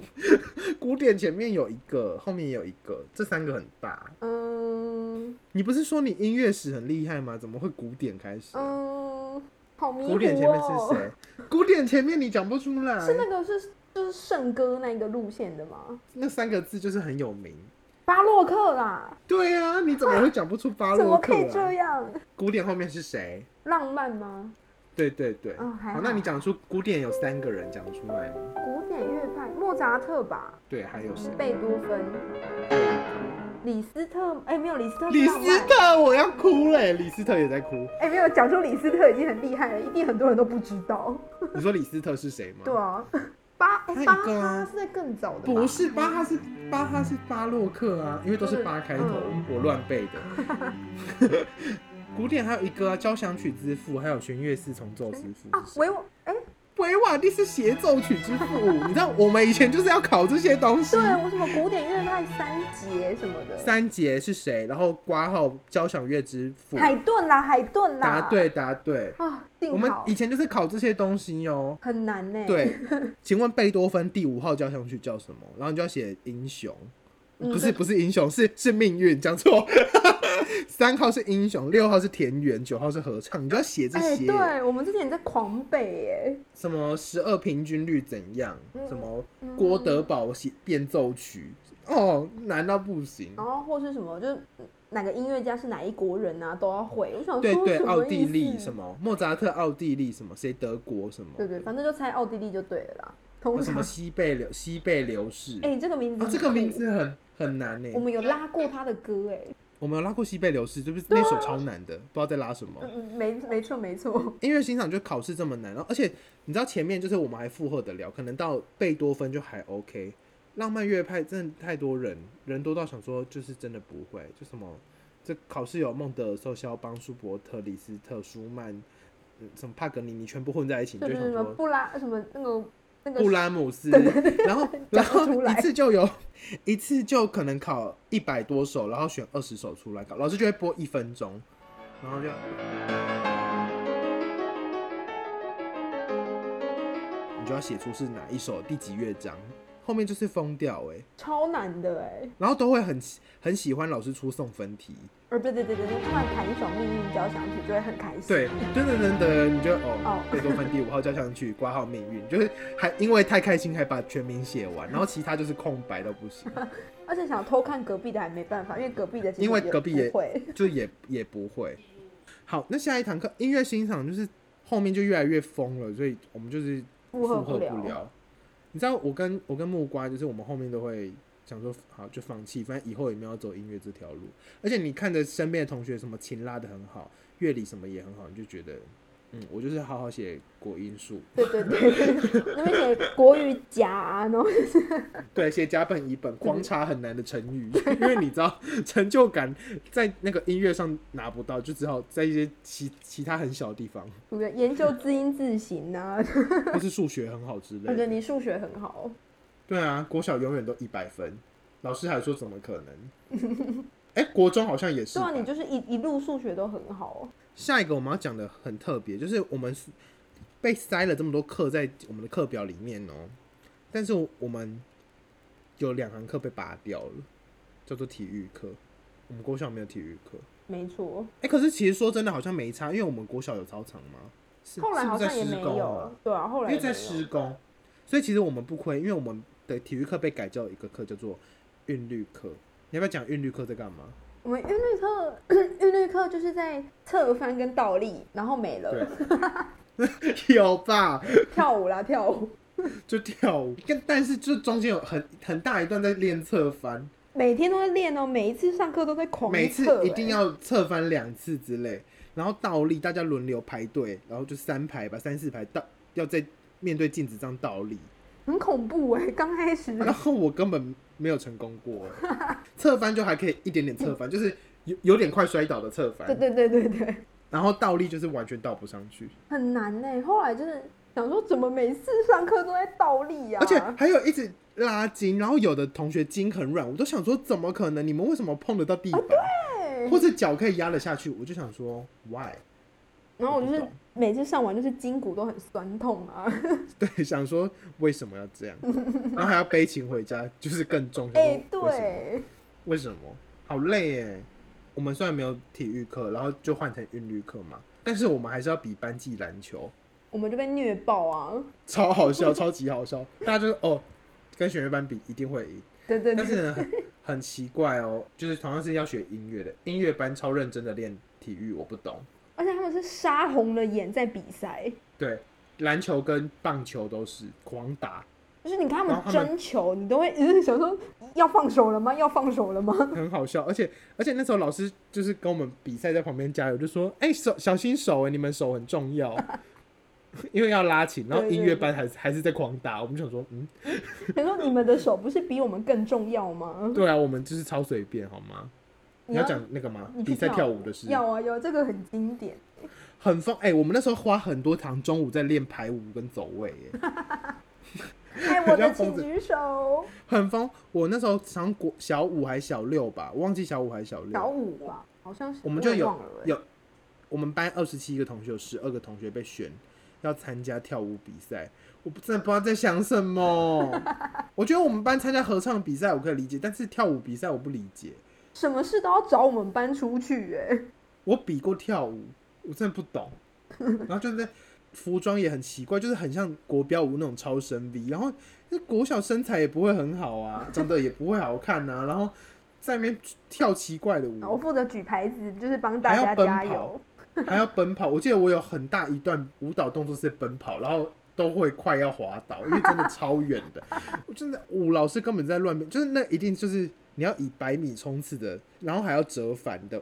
Speaker 1: 古典前面有一个，后面也有一个，这三个很大。
Speaker 2: 嗯
Speaker 1: 你不是说你音乐史很厉害吗？怎么会古典开始啊、
Speaker 2: 嗯，好迷糊哦。
Speaker 1: 古典前面是谁？古典前面你讲不出来，
Speaker 2: 是那个是就是圣歌那个路线的吗？
Speaker 1: 那三个字就是很有名。
Speaker 2: 巴洛克啦，
Speaker 1: 对啊，你怎么会讲不出巴
Speaker 2: 怎
Speaker 1: 洛
Speaker 2: 么
Speaker 1: 克
Speaker 2: 可以这
Speaker 1: 啊？
Speaker 2: 样？
Speaker 1: 古典后面是谁？
Speaker 2: 浪漫吗？
Speaker 1: 对对对，
Speaker 2: 嗯还好
Speaker 1: 那你讲出古典有三个人讲得出来吗？
Speaker 2: 古典乐派，莫扎特吧，
Speaker 1: 对，还有谁？
Speaker 2: 贝多芬，李斯特，哎、没有李斯特是
Speaker 1: 李
Speaker 2: 浪漫，
Speaker 1: 斯特，我要哭嘞！李斯特也在哭。
Speaker 2: 哎、没有讲出李斯特已经很厉害了，一定很多人都不知道。
Speaker 1: 你说李斯特是谁吗？
Speaker 2: 对啊， 巴、哎
Speaker 1: 那一
Speaker 2: 巴
Speaker 1: 个啊
Speaker 2: 哈是在更早的吧，
Speaker 1: 不是巴哈是巴哈是巴洛克啊，因为都是巴开头，
Speaker 2: 嗯
Speaker 1: 我乱背的。古典还有一个啊，交响曲之父，还有弦乐四重奏之父
Speaker 2: 啊
Speaker 1: 是，谁。
Speaker 2: 维我，哎、
Speaker 1: 维瓦第是协奏曲之父，你知道我们以前就是要考这些东西
Speaker 2: 对。，我什么古典乐派三杰什么的，
Speaker 1: 三杰是谁？然后挂号交响乐之父，
Speaker 2: 海顿啦，海顿啦，
Speaker 1: 答对答对。
Speaker 2: 啊，
Speaker 1: 我
Speaker 2: 幸
Speaker 1: 们
Speaker 2: 好
Speaker 1: 以前就是考这些东西哦。
Speaker 2: 很难呢、，
Speaker 1: 对，请问贝多芬第五号交响曲叫什么？然后你就要写英雄，
Speaker 2: 嗯
Speaker 1: 不是不是英雄， 是是命运，讲错。 三号是英雄，六号是田园，九号是合唱，你就要写这
Speaker 2: 哎、
Speaker 1: 些。
Speaker 2: 对我们之前在狂背耶、
Speaker 1: 什么十二平均律怎样？
Speaker 2: 嗯
Speaker 1: 什么郭德堡写变奏曲？哦，难到不行。
Speaker 2: 然后或是什么，就是哪个音乐家是哪一国人啊，都要会。我想
Speaker 1: 对
Speaker 2: 说
Speaker 1: 对，
Speaker 2: 什么
Speaker 1: 奥地利
Speaker 2: 意思
Speaker 1: 什么，莫扎特奥地利什么，谁德国什么，
Speaker 2: 对对，反正就猜奥地利就对了啦。通
Speaker 1: 哦什
Speaker 2: 常
Speaker 1: 么，西贝流西贝流士，
Speaker 2: 哎、这个名字
Speaker 1: 啊
Speaker 2: 很，酷、
Speaker 1: 这个名字很很难呢
Speaker 2: 我。们有拉过他的歌、哎，
Speaker 1: 我们有拉过西贝流士，就是
Speaker 2: 啊
Speaker 1: 那首超难的，不知道在拉什么。
Speaker 2: 嗯嗯，没没错没错，
Speaker 1: 音乐欣赏就考试这么难，然后而且你知道前面就是我们还负荷得了，可能到贝多芬就还 OK。浪漫乐派真的太多人，人多到想说就是真的不会，就什么这考试有孟德尔、寿肖邦、舒伯特、李斯特、舒曼，嗯什么帕格尼尼全部混在一起，你
Speaker 2: 对
Speaker 1: 就
Speaker 2: 对
Speaker 1: 想
Speaker 2: 对，什么
Speaker 1: 说
Speaker 2: 布拉什么那个那个
Speaker 1: 布拉姆斯，然 后然
Speaker 2: 讲不
Speaker 1: 后
Speaker 2: 出来
Speaker 1: 一次就有，一次就可能考一百多首，然后选二十首出来考，老师就会播一分钟，然后就你就要写出是哪一首第几乐章，后面就是疯掉哎、
Speaker 2: 超难的哎、
Speaker 1: 然后都会很喜很喜欢老师出送分题，
Speaker 2: 呃，对对对对对，突然弹一首《命运交响曲》就会很开心。
Speaker 1: 对，噔噔噔噔，你就哦
Speaker 2: 哦，
Speaker 1: 贝多芬第五号交响曲挂号命运，就是还因为太开心还把全名写完，然后其他就是空白到不行。
Speaker 2: 而且想偷看隔壁的还没办法，因为隔壁的其实
Speaker 1: 因为隔壁也
Speaker 2: 不会。
Speaker 1: 就也也不会。好，那下一堂课音乐欣赏就是后面就越来越疯了，所以我们就是
Speaker 2: 负荷
Speaker 1: 不
Speaker 2: 不了
Speaker 1: 你知道我跟我跟木瓜，就是我们后面都会想说，好就放弃，反正以后也没有要走音乐这条路。而且你看着身边的同学什么琴拉的很好，乐理什么也很好，你就觉得，嗯，我就是好好写国音数，
Speaker 2: 对对对，那边写国语夹、啊，然后
Speaker 1: 对，写甲本乙本，狂查很难的成语，因为你知道成就感在那个音乐上拿不到，就只好在一些其其他很小的地方。
Speaker 2: 什么研究字音字形啊，
Speaker 1: 或是数学很好之
Speaker 2: 我觉
Speaker 1: 类
Speaker 2: 得
Speaker 1: 的。
Speaker 2: 你数学很好。
Speaker 1: 对啊，国小永远都一百分，老师还说怎么可能？ 哎、国中好像也是
Speaker 2: 对
Speaker 1: 吧。
Speaker 2: 啊，你就是一一路数学都很好。
Speaker 1: 下一个我们要讲的很特别，就是我们被塞了这么多课在我们的课表里面哦、但是我们有两堂课被拔掉了，叫做体育课。我们国小没有体育课，
Speaker 2: 没错，
Speaker 1: 哎、可是其实说真的好像没差，因为我们国小有操场吗？是
Speaker 2: 后来好像
Speaker 1: 是
Speaker 2: 也
Speaker 1: 不是在
Speaker 2: 没
Speaker 1: 施工啊
Speaker 2: 有，对啊，后来
Speaker 1: 因为
Speaker 2: 也
Speaker 1: 在
Speaker 2: 没有
Speaker 1: 施工，所以其实我们不亏，因为我们的体育课被改叫一个课叫做韵律课。你要不要讲韵律课在干嘛？
Speaker 2: 我们韵律课，韵律课就是在侧翻跟倒立，然后没了，
Speaker 1: 有吧，
Speaker 2: 跳舞啦跳舞，
Speaker 1: 就跳舞，但但是就中间有很很大一段在练侧翻，
Speaker 2: 每天都在练哦，每一次上课都在狂
Speaker 1: 每次
Speaker 2: 测
Speaker 1: 一
Speaker 2: 欸
Speaker 1: 定要侧翻两次之类，然后倒立，大家轮流排队，然后就三排吧，三四排倒，要在面对镜子这样倒立。
Speaker 2: 很恐怖哎、刚开始
Speaker 1: 然后我根本没有成功过，侧翻就还可以一点点侧翻，就是有有点快摔倒的侧翻。
Speaker 2: 对对对对对，
Speaker 1: 然后倒立就是完全倒不上去，
Speaker 2: 很难哎、后来就是想说，怎么每次上课都在倒立啊？
Speaker 1: 而且还有一直拉筋，然后有的同学筋很软，我都想说怎么可能？你们为什么碰得到地板，
Speaker 2: 哦对
Speaker 1: 或者脚可以压得下去？我就想说 why？
Speaker 2: 然后我就
Speaker 1: 我
Speaker 2: 是
Speaker 1: 不懂
Speaker 2: 每次上完就是筋骨都很酸痛啊。
Speaker 1: 对，想说为什么要这样？然后还要背琴回家，就是更重。
Speaker 2: 哎、
Speaker 1: 想嗯说为什么，
Speaker 2: 对，
Speaker 1: 为什么？好累耶！我们虽然没有体育课，然后就换成韵律课嘛，但是我们还是要比班级篮球，
Speaker 2: 我们就被虐爆啊！
Speaker 1: 超好 笑，超级好笑。大家就是哦，跟学乐班比一定会赢。
Speaker 2: 对对
Speaker 1: 但
Speaker 2: 对，
Speaker 1: 是呢，很很奇怪哦， 就是同样是要学音乐的，音乐班超认真的练体育，我不懂。
Speaker 2: 而且他们是杀红了眼在比赛，
Speaker 1: 对，篮球跟棒球都是狂打，
Speaker 2: 就是你看他
Speaker 1: 然后
Speaker 2: 们
Speaker 1: 他们
Speaker 2: 争球，你都会 一直想说要放手了吗？要放手了吗？
Speaker 1: 很好笑。而且而且那时候老师就是跟我们比赛在旁边加油，就说：“哎、手小心手哎，你们手很重要。” 因为要拉琴，然后
Speaker 2: 对对
Speaker 1: 音乐班还还是在狂打，我们想说，嗯，
Speaker 2: 想说你们的手不是比我们更重要吗？
Speaker 1: 对啊，我们就是超随便好吗？你要讲那个吗
Speaker 2: 你？去
Speaker 1: 比赛
Speaker 2: 跳
Speaker 1: 跳舞的事，
Speaker 2: 要啊要，这个很经 典。
Speaker 1: 很疯哎、我们那时候花很多堂中午在练排舞跟走位哎、
Speaker 2: 爱哎我的请举手，
Speaker 1: 很疯。我那时候上国小五还小六吧，我忘记小五还小
Speaker 2: 小
Speaker 1: 六。
Speaker 2: 五吧，好像是
Speaker 1: 我们就
Speaker 2: 也
Speaker 1: 有
Speaker 2: 忘了欸
Speaker 1: 有我们班二十七个同学，有十二个同学被选要参加跳舞比赛，我不真的不知道在想什 么。我觉得我们班参加合唱比赛我可以理解，但是跳舞比赛我不理解。
Speaker 2: 什么事都要找我们
Speaker 1: 嗯
Speaker 2: 班出去哎、
Speaker 1: 我比过跳舞，我真的不懂。然后就是服装也很奇怪，就是很像国标舞那种超身 V，然后那国小身材也不会很好啊，长得也不会好看啊，然后在那边跳奇怪的舞，啊
Speaker 2: 我负责举牌子，就是帮大
Speaker 1: 还
Speaker 2: 家
Speaker 1: 要奔跑
Speaker 2: 加油。
Speaker 1: 还要奔跑。我记得我有很大一段舞蹈动作是奔跑，然后都会快要滑倒，因为真的超远的。我真的舞老师根本在乱编，就是那一定就是你要以百米冲刺的，然后还要折返的，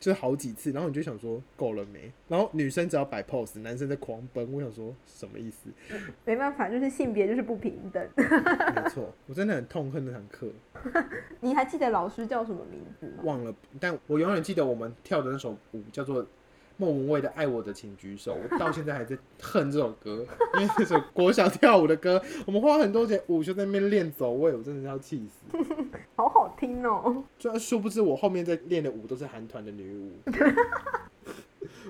Speaker 1: 就是好几次，然后你就想说够了没？然后女生只要摆 pose，男生在狂奔，我想说什么意思？
Speaker 2: 没办法，就是性别就是不平等。
Speaker 1: 没错，我真的很痛恨那堂课，
Speaker 2: 你还记得老师叫什么名字吗？
Speaker 1: 忘了，但我永远记得我们跳的那首舞叫做。莫文蔚的《爱我的请举手》，我到现在还在恨这首歌， 因为这首国小跳舞的歌，我们花很多节午休在那边练走位，我真的是要气死。
Speaker 2: 好好听哦。
Speaker 1: 虽然殊不知我后面在练的舞都是韩团的女舞，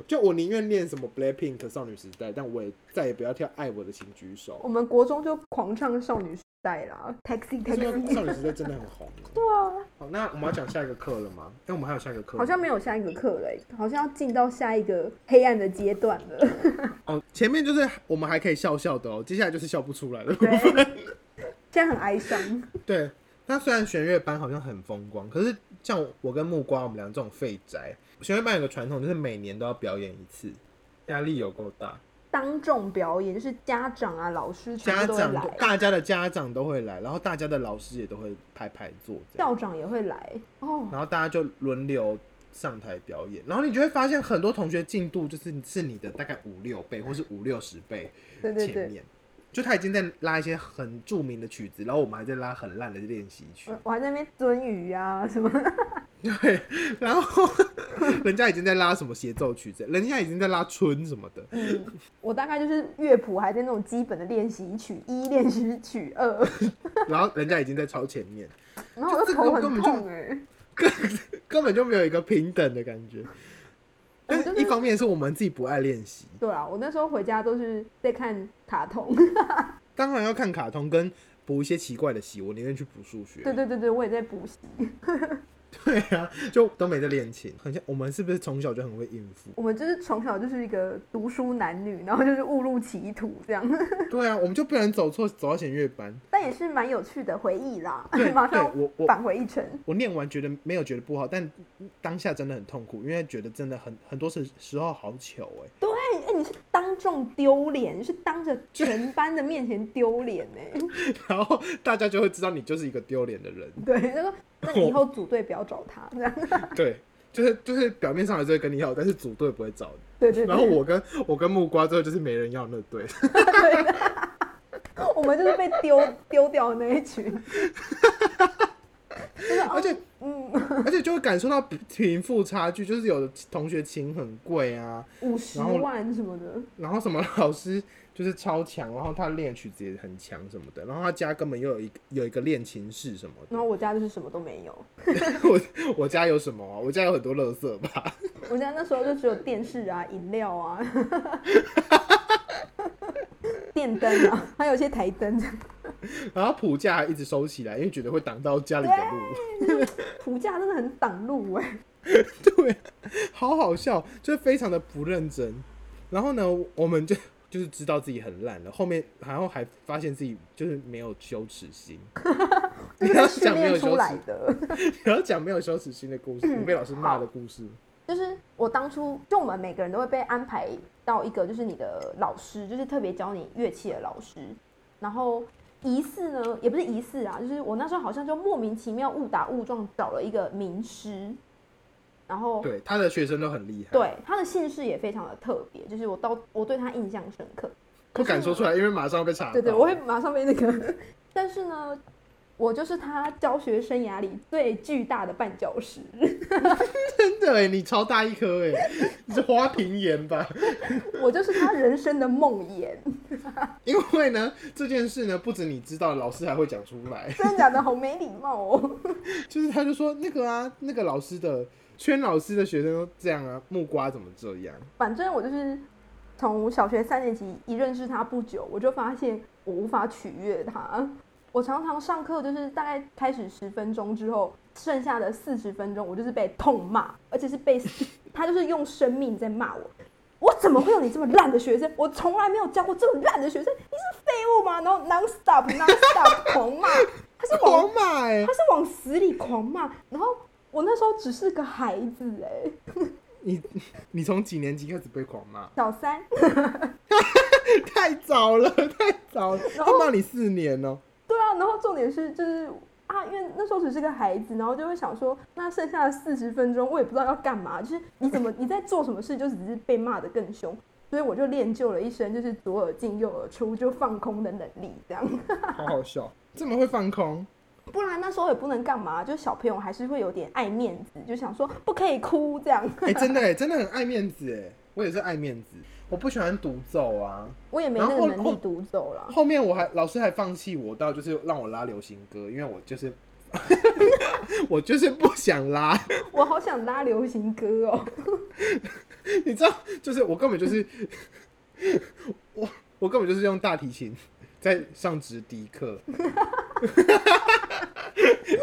Speaker 1: 就我宁愿练什么 Blackpink 少女时代，但我也再也不要跳《爱我的请举手》。
Speaker 2: 我们国中就狂唱少女时代啦，Taxi
Speaker 1: 但是
Speaker 2: Taxi。
Speaker 1: 少女时代真的很红。对啊。好，那我们要讲下一个课了吗？哎、我们还有下一个课吗。
Speaker 2: 好像没有下一个课了欸，好像要进到下一个黑暗的阶段 了。
Speaker 1: 哦，前面就是我们还可以笑笑的哦，接下来就是笑不出来了。
Speaker 2: 对，现在很哀伤。
Speaker 1: 对，那虽然弦乐班好像很风光，可是像我跟木瓜我们俩这种废宅，弦乐班有个传统就是每年都要表演一次，压力有够大，
Speaker 2: 当众表演就是家长啊、老师全
Speaker 1: 家
Speaker 2: 部都会
Speaker 1: 长都
Speaker 2: 来，
Speaker 1: 大家的家长都会来，然后大家的老师也都会排排坐这样，
Speaker 2: 校长也会来哦。
Speaker 1: 然后大家就轮流。上台表演，然后你就会发现很多同学进度就是是你的大概五六倍或是五六十倍，
Speaker 2: 对对
Speaker 1: 前面，
Speaker 2: 对，
Speaker 1: 就他已经在拉一些很著名的曲子，然后我们还在拉很烂的练习曲
Speaker 2: 我，我还在那边蹲鱼啊什么，
Speaker 1: 对，
Speaker 2: 嗯
Speaker 1: 然后人家已经在拉什么协奏曲子，人家已经在拉春什么的，
Speaker 2: 嗯，我大概就是乐谱还在那种基本的练习曲一、练习曲二，
Speaker 1: 然后人家已经在超前面，
Speaker 2: 然后
Speaker 1: 就
Speaker 2: 我的
Speaker 1: 这个
Speaker 2: 头
Speaker 1: 根
Speaker 2: 很
Speaker 1: 本就
Speaker 2: 痛哎、欸。
Speaker 1: 根本就没有一个平等的感
Speaker 2: 哦
Speaker 1: 觉。
Speaker 2: 我
Speaker 1: 但
Speaker 2: 就是是
Speaker 1: 一方面是我们自己不爱练习，
Speaker 2: 对啊，我那时候回家都是在看卡通。
Speaker 1: 当然要看卡通跟补一些奇怪的习，我宁愿去补数学。
Speaker 2: 对对对对，我也在补习。
Speaker 1: 对啊，就都没在练琴，很像我们是不是从小就很会应付？
Speaker 2: 我们就是从小就是一个读书男女，然后就是误入歧途这样，
Speaker 1: 对啊，我们就不能走错，走到弦乐班。
Speaker 2: 但也是蛮有趣的回忆啦
Speaker 1: 对，
Speaker 2: 马
Speaker 1: 对
Speaker 2: 上
Speaker 1: 我我
Speaker 2: 返回一程。
Speaker 1: 我念完觉得没有觉得不好，但当下真的很痛苦，因为觉得真的很很多时时候好糗哎、
Speaker 2: 对，哎、你是当众丢脸，你是当着全班的面前丢脸哎。
Speaker 1: 然后大家就会知道你就是一个丢脸的人。
Speaker 2: 对，他说那以后组队不要找他，这样。
Speaker 1: 对，就是就是表面上还是会跟你好，但是组队不会找你。
Speaker 2: 对对
Speaker 1: 然后
Speaker 2: 对，
Speaker 1: 我跟我跟木瓜最后就是没人要那队，
Speaker 2: 我们就是被丢丢掉的那一群。 就是
Speaker 1: 而
Speaker 2: 哦，
Speaker 1: 且
Speaker 2: 嗯，
Speaker 1: 而且就会感受到贫富差距，就是有的同学琴很贵啊，
Speaker 2: 五十
Speaker 1: 然后
Speaker 2: 万什么的，
Speaker 1: 然后什么老师就是超强，然后他练曲子也很强什么的，然后他家根本又有一个有一个练琴室什么的
Speaker 2: 然。后我家就是什么都没有，
Speaker 1: 我我家有什么啊？我家有很多垃圾吧。
Speaker 2: 我家那时候就只有电视啊、饮 料啊、电灯啊，还有一些台灯这样。
Speaker 1: 然后谱架还一直收起来，因为觉得会挡到家里的路。
Speaker 2: 谱架真的很挡路哎、
Speaker 1: 对，
Speaker 2: 啊
Speaker 1: 好好笑，就是非常的不认真。然后呢，我们就就是知道自己很烂了，后面然后还发现自己就是没有羞耻 心。你
Speaker 2: 这
Speaker 1: 要
Speaker 2: 个是训
Speaker 1: 讲没有
Speaker 2: 练出
Speaker 1: 羞
Speaker 2: 来
Speaker 1: 耻，
Speaker 2: 的。 嗯
Speaker 1: 你要讲没有羞耻心的故事，你被老师骂的故事。
Speaker 2: 就是我当初，就我们每个人都会被安排到一个，就是你的老师，就是特别教你乐器的老师。然后疑似呢，也不是疑似啊，就是我那时候好像就莫名其妙误打误撞找了一个名师，然后
Speaker 1: 对，他的学生都很厉害，，
Speaker 2: 对他的姓氏也非常的特别，就是我到我对他印象深刻。
Speaker 1: 不敢说出来，因为马上要被查到。
Speaker 2: 对对，我会马上被那个。 但是呢，我就是他教学生涯里最巨大的绊脚石。
Speaker 1: 真的哎，你超大一颗哎，你是花瓶岩吧？
Speaker 2: 我就是他人生的梦魇，
Speaker 1: 因为呢，这件事呢，不止你知道，老师还会讲出来。
Speaker 2: 真的假的？好没礼貌哦。
Speaker 1: 就是他就说那个啊，那个老师的圈老师的学生都这样啊，木瓜怎么这样？
Speaker 2: 反正我就是从小学三年级一认识他不久，我就发现我无法取悦他。我常常上课就是大概开始十分钟之后，剩下的四十分钟我就是被痛骂，而且是被他就是用生命在骂我。我怎么会有你这么烂的学生？我从来没有教过这么烂的学生，你是废物吗？”然后 non stop non stop 狂骂，他是 往
Speaker 1: 狂骂哎
Speaker 2: 他！是往死里狂骂。然后我那时候只是个孩子哎、
Speaker 1: 你你从几年级开始被狂骂？
Speaker 2: 小三，
Speaker 1: 太早了，太早了！
Speaker 2: 然
Speaker 1: 他
Speaker 2: 后
Speaker 1: 骂你四年哦、
Speaker 2: 对啊。然后重点是就是啊，因为那时候只是个孩子，然后就会想说，那剩下的四十分钟我也不知道要干嘛，就是你怎么你在做什么事，就只是被骂得更凶。所以我就练就了一身就是左耳进右耳出就放空的能力，这样。
Speaker 1: 好好笑，这么会放空，
Speaker 2: 不然那时候也不能干嘛，就小朋友还是会有点爱面子，就想说不可以哭这样。
Speaker 1: 哎、真的哎、真的很爱面子哎、我也是爱面子，我不喜欢独奏啊。
Speaker 2: 我也没那个能力独走了。
Speaker 1: 后面我还老师还放弃我到就是让我拉流行歌，因为我就是 我就是不想拉，
Speaker 2: 我好想拉流行歌哦，
Speaker 1: 你知道，就是我根本就是我我根本就是用大提琴在上直笛 课。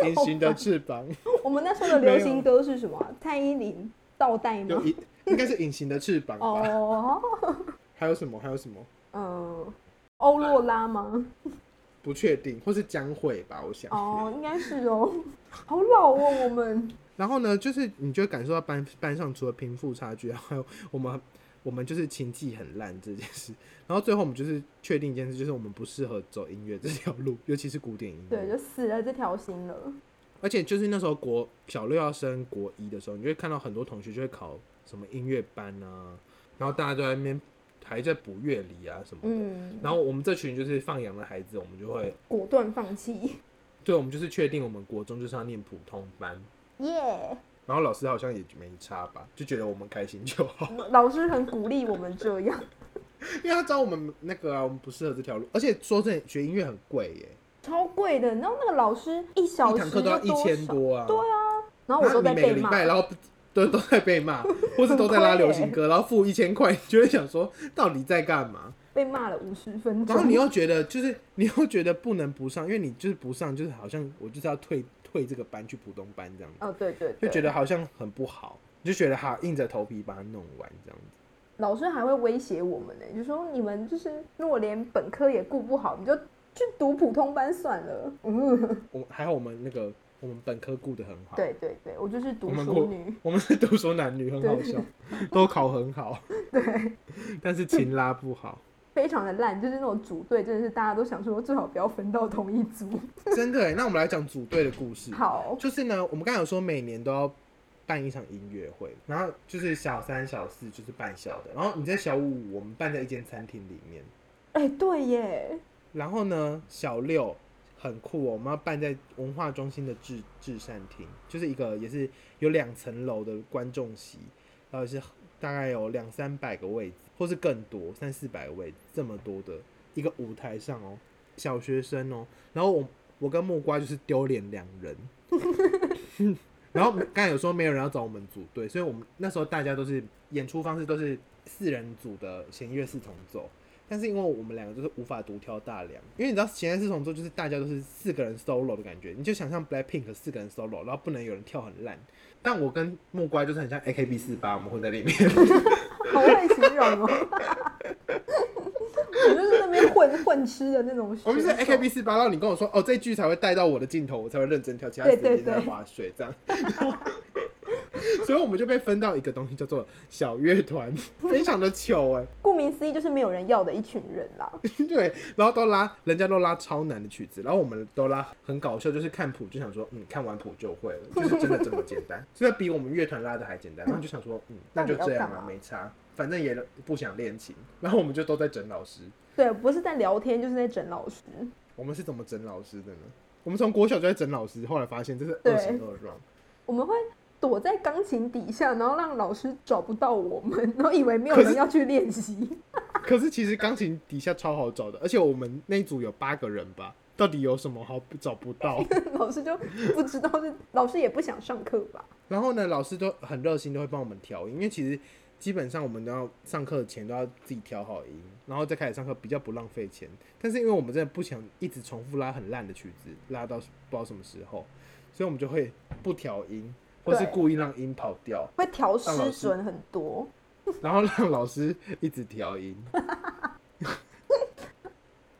Speaker 1: 隐形的翅膀
Speaker 2: 我们那时候的流行歌是什么啊？蔡依林、倒带吗
Speaker 1: 有？隐，应该是隐形的翅膀吧？
Speaker 2: 哦，
Speaker 1: 还有什么？还有什么？
Speaker 2: 嗯，欧若拉吗？
Speaker 1: 不确定，或是将会吧？我想。
Speaker 2: 哦，应该是哦， 好老哦，我们
Speaker 1: 然后呢，就是你就会感受到班班上除了贫富差距，还有我们我们就是琴技很烂这件事。然后最后我们就是确定一件事，就是我们不适合走音乐这条路，尤其是古典音乐。
Speaker 2: 对，就死了这条心了。
Speaker 1: 而且就是那时候国小六要升国一的时候，你就会看到很多同学就会考什么音乐班啊，然后大家都在那边还在补乐理啊什么的。
Speaker 2: 嗯，
Speaker 1: 然后我们这群就是放羊的孩子，我们就会，
Speaker 2: 果断放弃，
Speaker 1: 对，我们就是确定我们国中就是要念普通班。
Speaker 2: 耶！
Speaker 1: 然后老师好像也没差吧，就觉得我们开心就 好，
Speaker 2: 老师很鼓励我们这样，
Speaker 1: 因为他知道我们那个啊，我们不适合这条路。而且说真的，学音乐很贵耶，
Speaker 2: 超贵的。然后那个老师一小
Speaker 1: 一堂
Speaker 2: 时
Speaker 1: 课都要
Speaker 2: 要
Speaker 1: 一千
Speaker 2: 少，
Speaker 1: 多啊。
Speaker 2: 对啊，然后我
Speaker 1: 那
Speaker 2: 都
Speaker 1: 你
Speaker 2: 在
Speaker 1: 每个
Speaker 2: 被
Speaker 1: 礼
Speaker 2: 骂。
Speaker 1: 拜，然后都都在被 骂，或是都在拉流行歌，然后付一千块，你就会想说到底在干嘛？
Speaker 2: 被骂了五十分钟。
Speaker 1: 然后你又觉得就是你又觉得不能不上，因为你就是不上，就是好像我就是要退退这个班去普通班这样，
Speaker 2: 哦，对对
Speaker 1: 就
Speaker 2: 对，
Speaker 1: 觉得好像很不好，你就觉得哈硬着头皮把它弄完这样子。
Speaker 2: 老师还会威胁我们呢、就说你们就是如果连本科也顾不好，你就去读普通班算了。嗯，
Speaker 1: 我还好我们那个我们本科顾得很好，，
Speaker 2: 对对对，我就是
Speaker 1: 我
Speaker 2: 读
Speaker 1: 们
Speaker 2: 书
Speaker 1: 国
Speaker 2: 女，
Speaker 1: 我们是读书男女，很好笑，都考很好，
Speaker 2: 对，
Speaker 1: 但是琴拉不好。
Speaker 2: 非常的烂，就是那种组队，真的是大家都想说最好不要分到同一组。
Speaker 1: 真的耶，欸那我们来讲组队的故事。
Speaker 2: 好，
Speaker 1: 就是呢，我们刚才有说每年都要办一场音乐会，然后就是小三、小四就是办小的，然后你在小五我们办在一间餐厅里面，
Speaker 2: 哎、对耶，
Speaker 1: 然后呢小六很酷哦，我们要办在文化中心的至至善厅，就是一个也是有两层楼的观众席，然后是大概有两三百个位置，或是更多三四百个位置这么多的一个舞台上哦，小学生哦，然后我我跟木瓜就是丢脸两人。 然后刚才有说没有人要找我们组队，所以我们那时候大家都是演出方式都是四人组的弦乐四重奏，但是因为我们两个就是无法独挑大梁，因为你知道弦乐四重奏就是大家都是四个人 solo 的感觉，你就想象 Blackpink 四个人 solo，然后不能有人跳很烂。但我跟木瓜就是很像 AKB 四八，我们混在里面。
Speaker 2: 好会形 容哦。我就是那边混混吃的那种选手，
Speaker 1: 我们是 AKB 四八，然后你跟我说哦这句才会带到我的镜头，我才会认真跳，其他时
Speaker 2: 对对
Speaker 1: 间在
Speaker 2: 对
Speaker 1: 划水这样。所以我们就被分到一个东西叫做小乐团，非常的糗哎、
Speaker 2: 顾名思义就是没有人要的一群人啦。
Speaker 1: 对，然后都拉，人家都拉超难的曲子，然后我们都拉很搞笑，就是看谱就想说，嗯，看完谱就会了，就是真的这么简单， 所以比我们乐团拉的还简单。然后就想说，嗯，那就这样
Speaker 2: 那你要干
Speaker 1: 啊
Speaker 2: 嘛，
Speaker 1: 没差，反正也不想练琴。然后我们就都在整老师，
Speaker 2: 对，不是在聊天，就是在整老师。
Speaker 1: 我们是怎么整老师的呢？我们从国小就在整老师，后来发现这是二十二 round，
Speaker 2: 我们会躲在钢琴底下，然后让老师找不到我们，然后以为没有
Speaker 1: 可是
Speaker 2: 人要去 练习。
Speaker 1: 可是其实钢琴底下超好找的，而且我们那一组有八个人吧，到底有什么好找不到？
Speaker 2: 老师就不知道是老师也不想上课吧？
Speaker 1: 然后呢，老师都很热心，都会帮我们调音，因为其实基本上我们都要上课前都要自己调好音，然后再开始上课，比较不浪费钱。但是因为我们真的不想一直重复拉很烂的曲子，拉到不知道什么时候，所以我们就会不调音，或是
Speaker 2: 对
Speaker 1: 故意让音跑掉。
Speaker 2: 会调
Speaker 1: 让老
Speaker 2: 失
Speaker 1: 师
Speaker 2: 准很多，
Speaker 1: 然后让老师一直调音。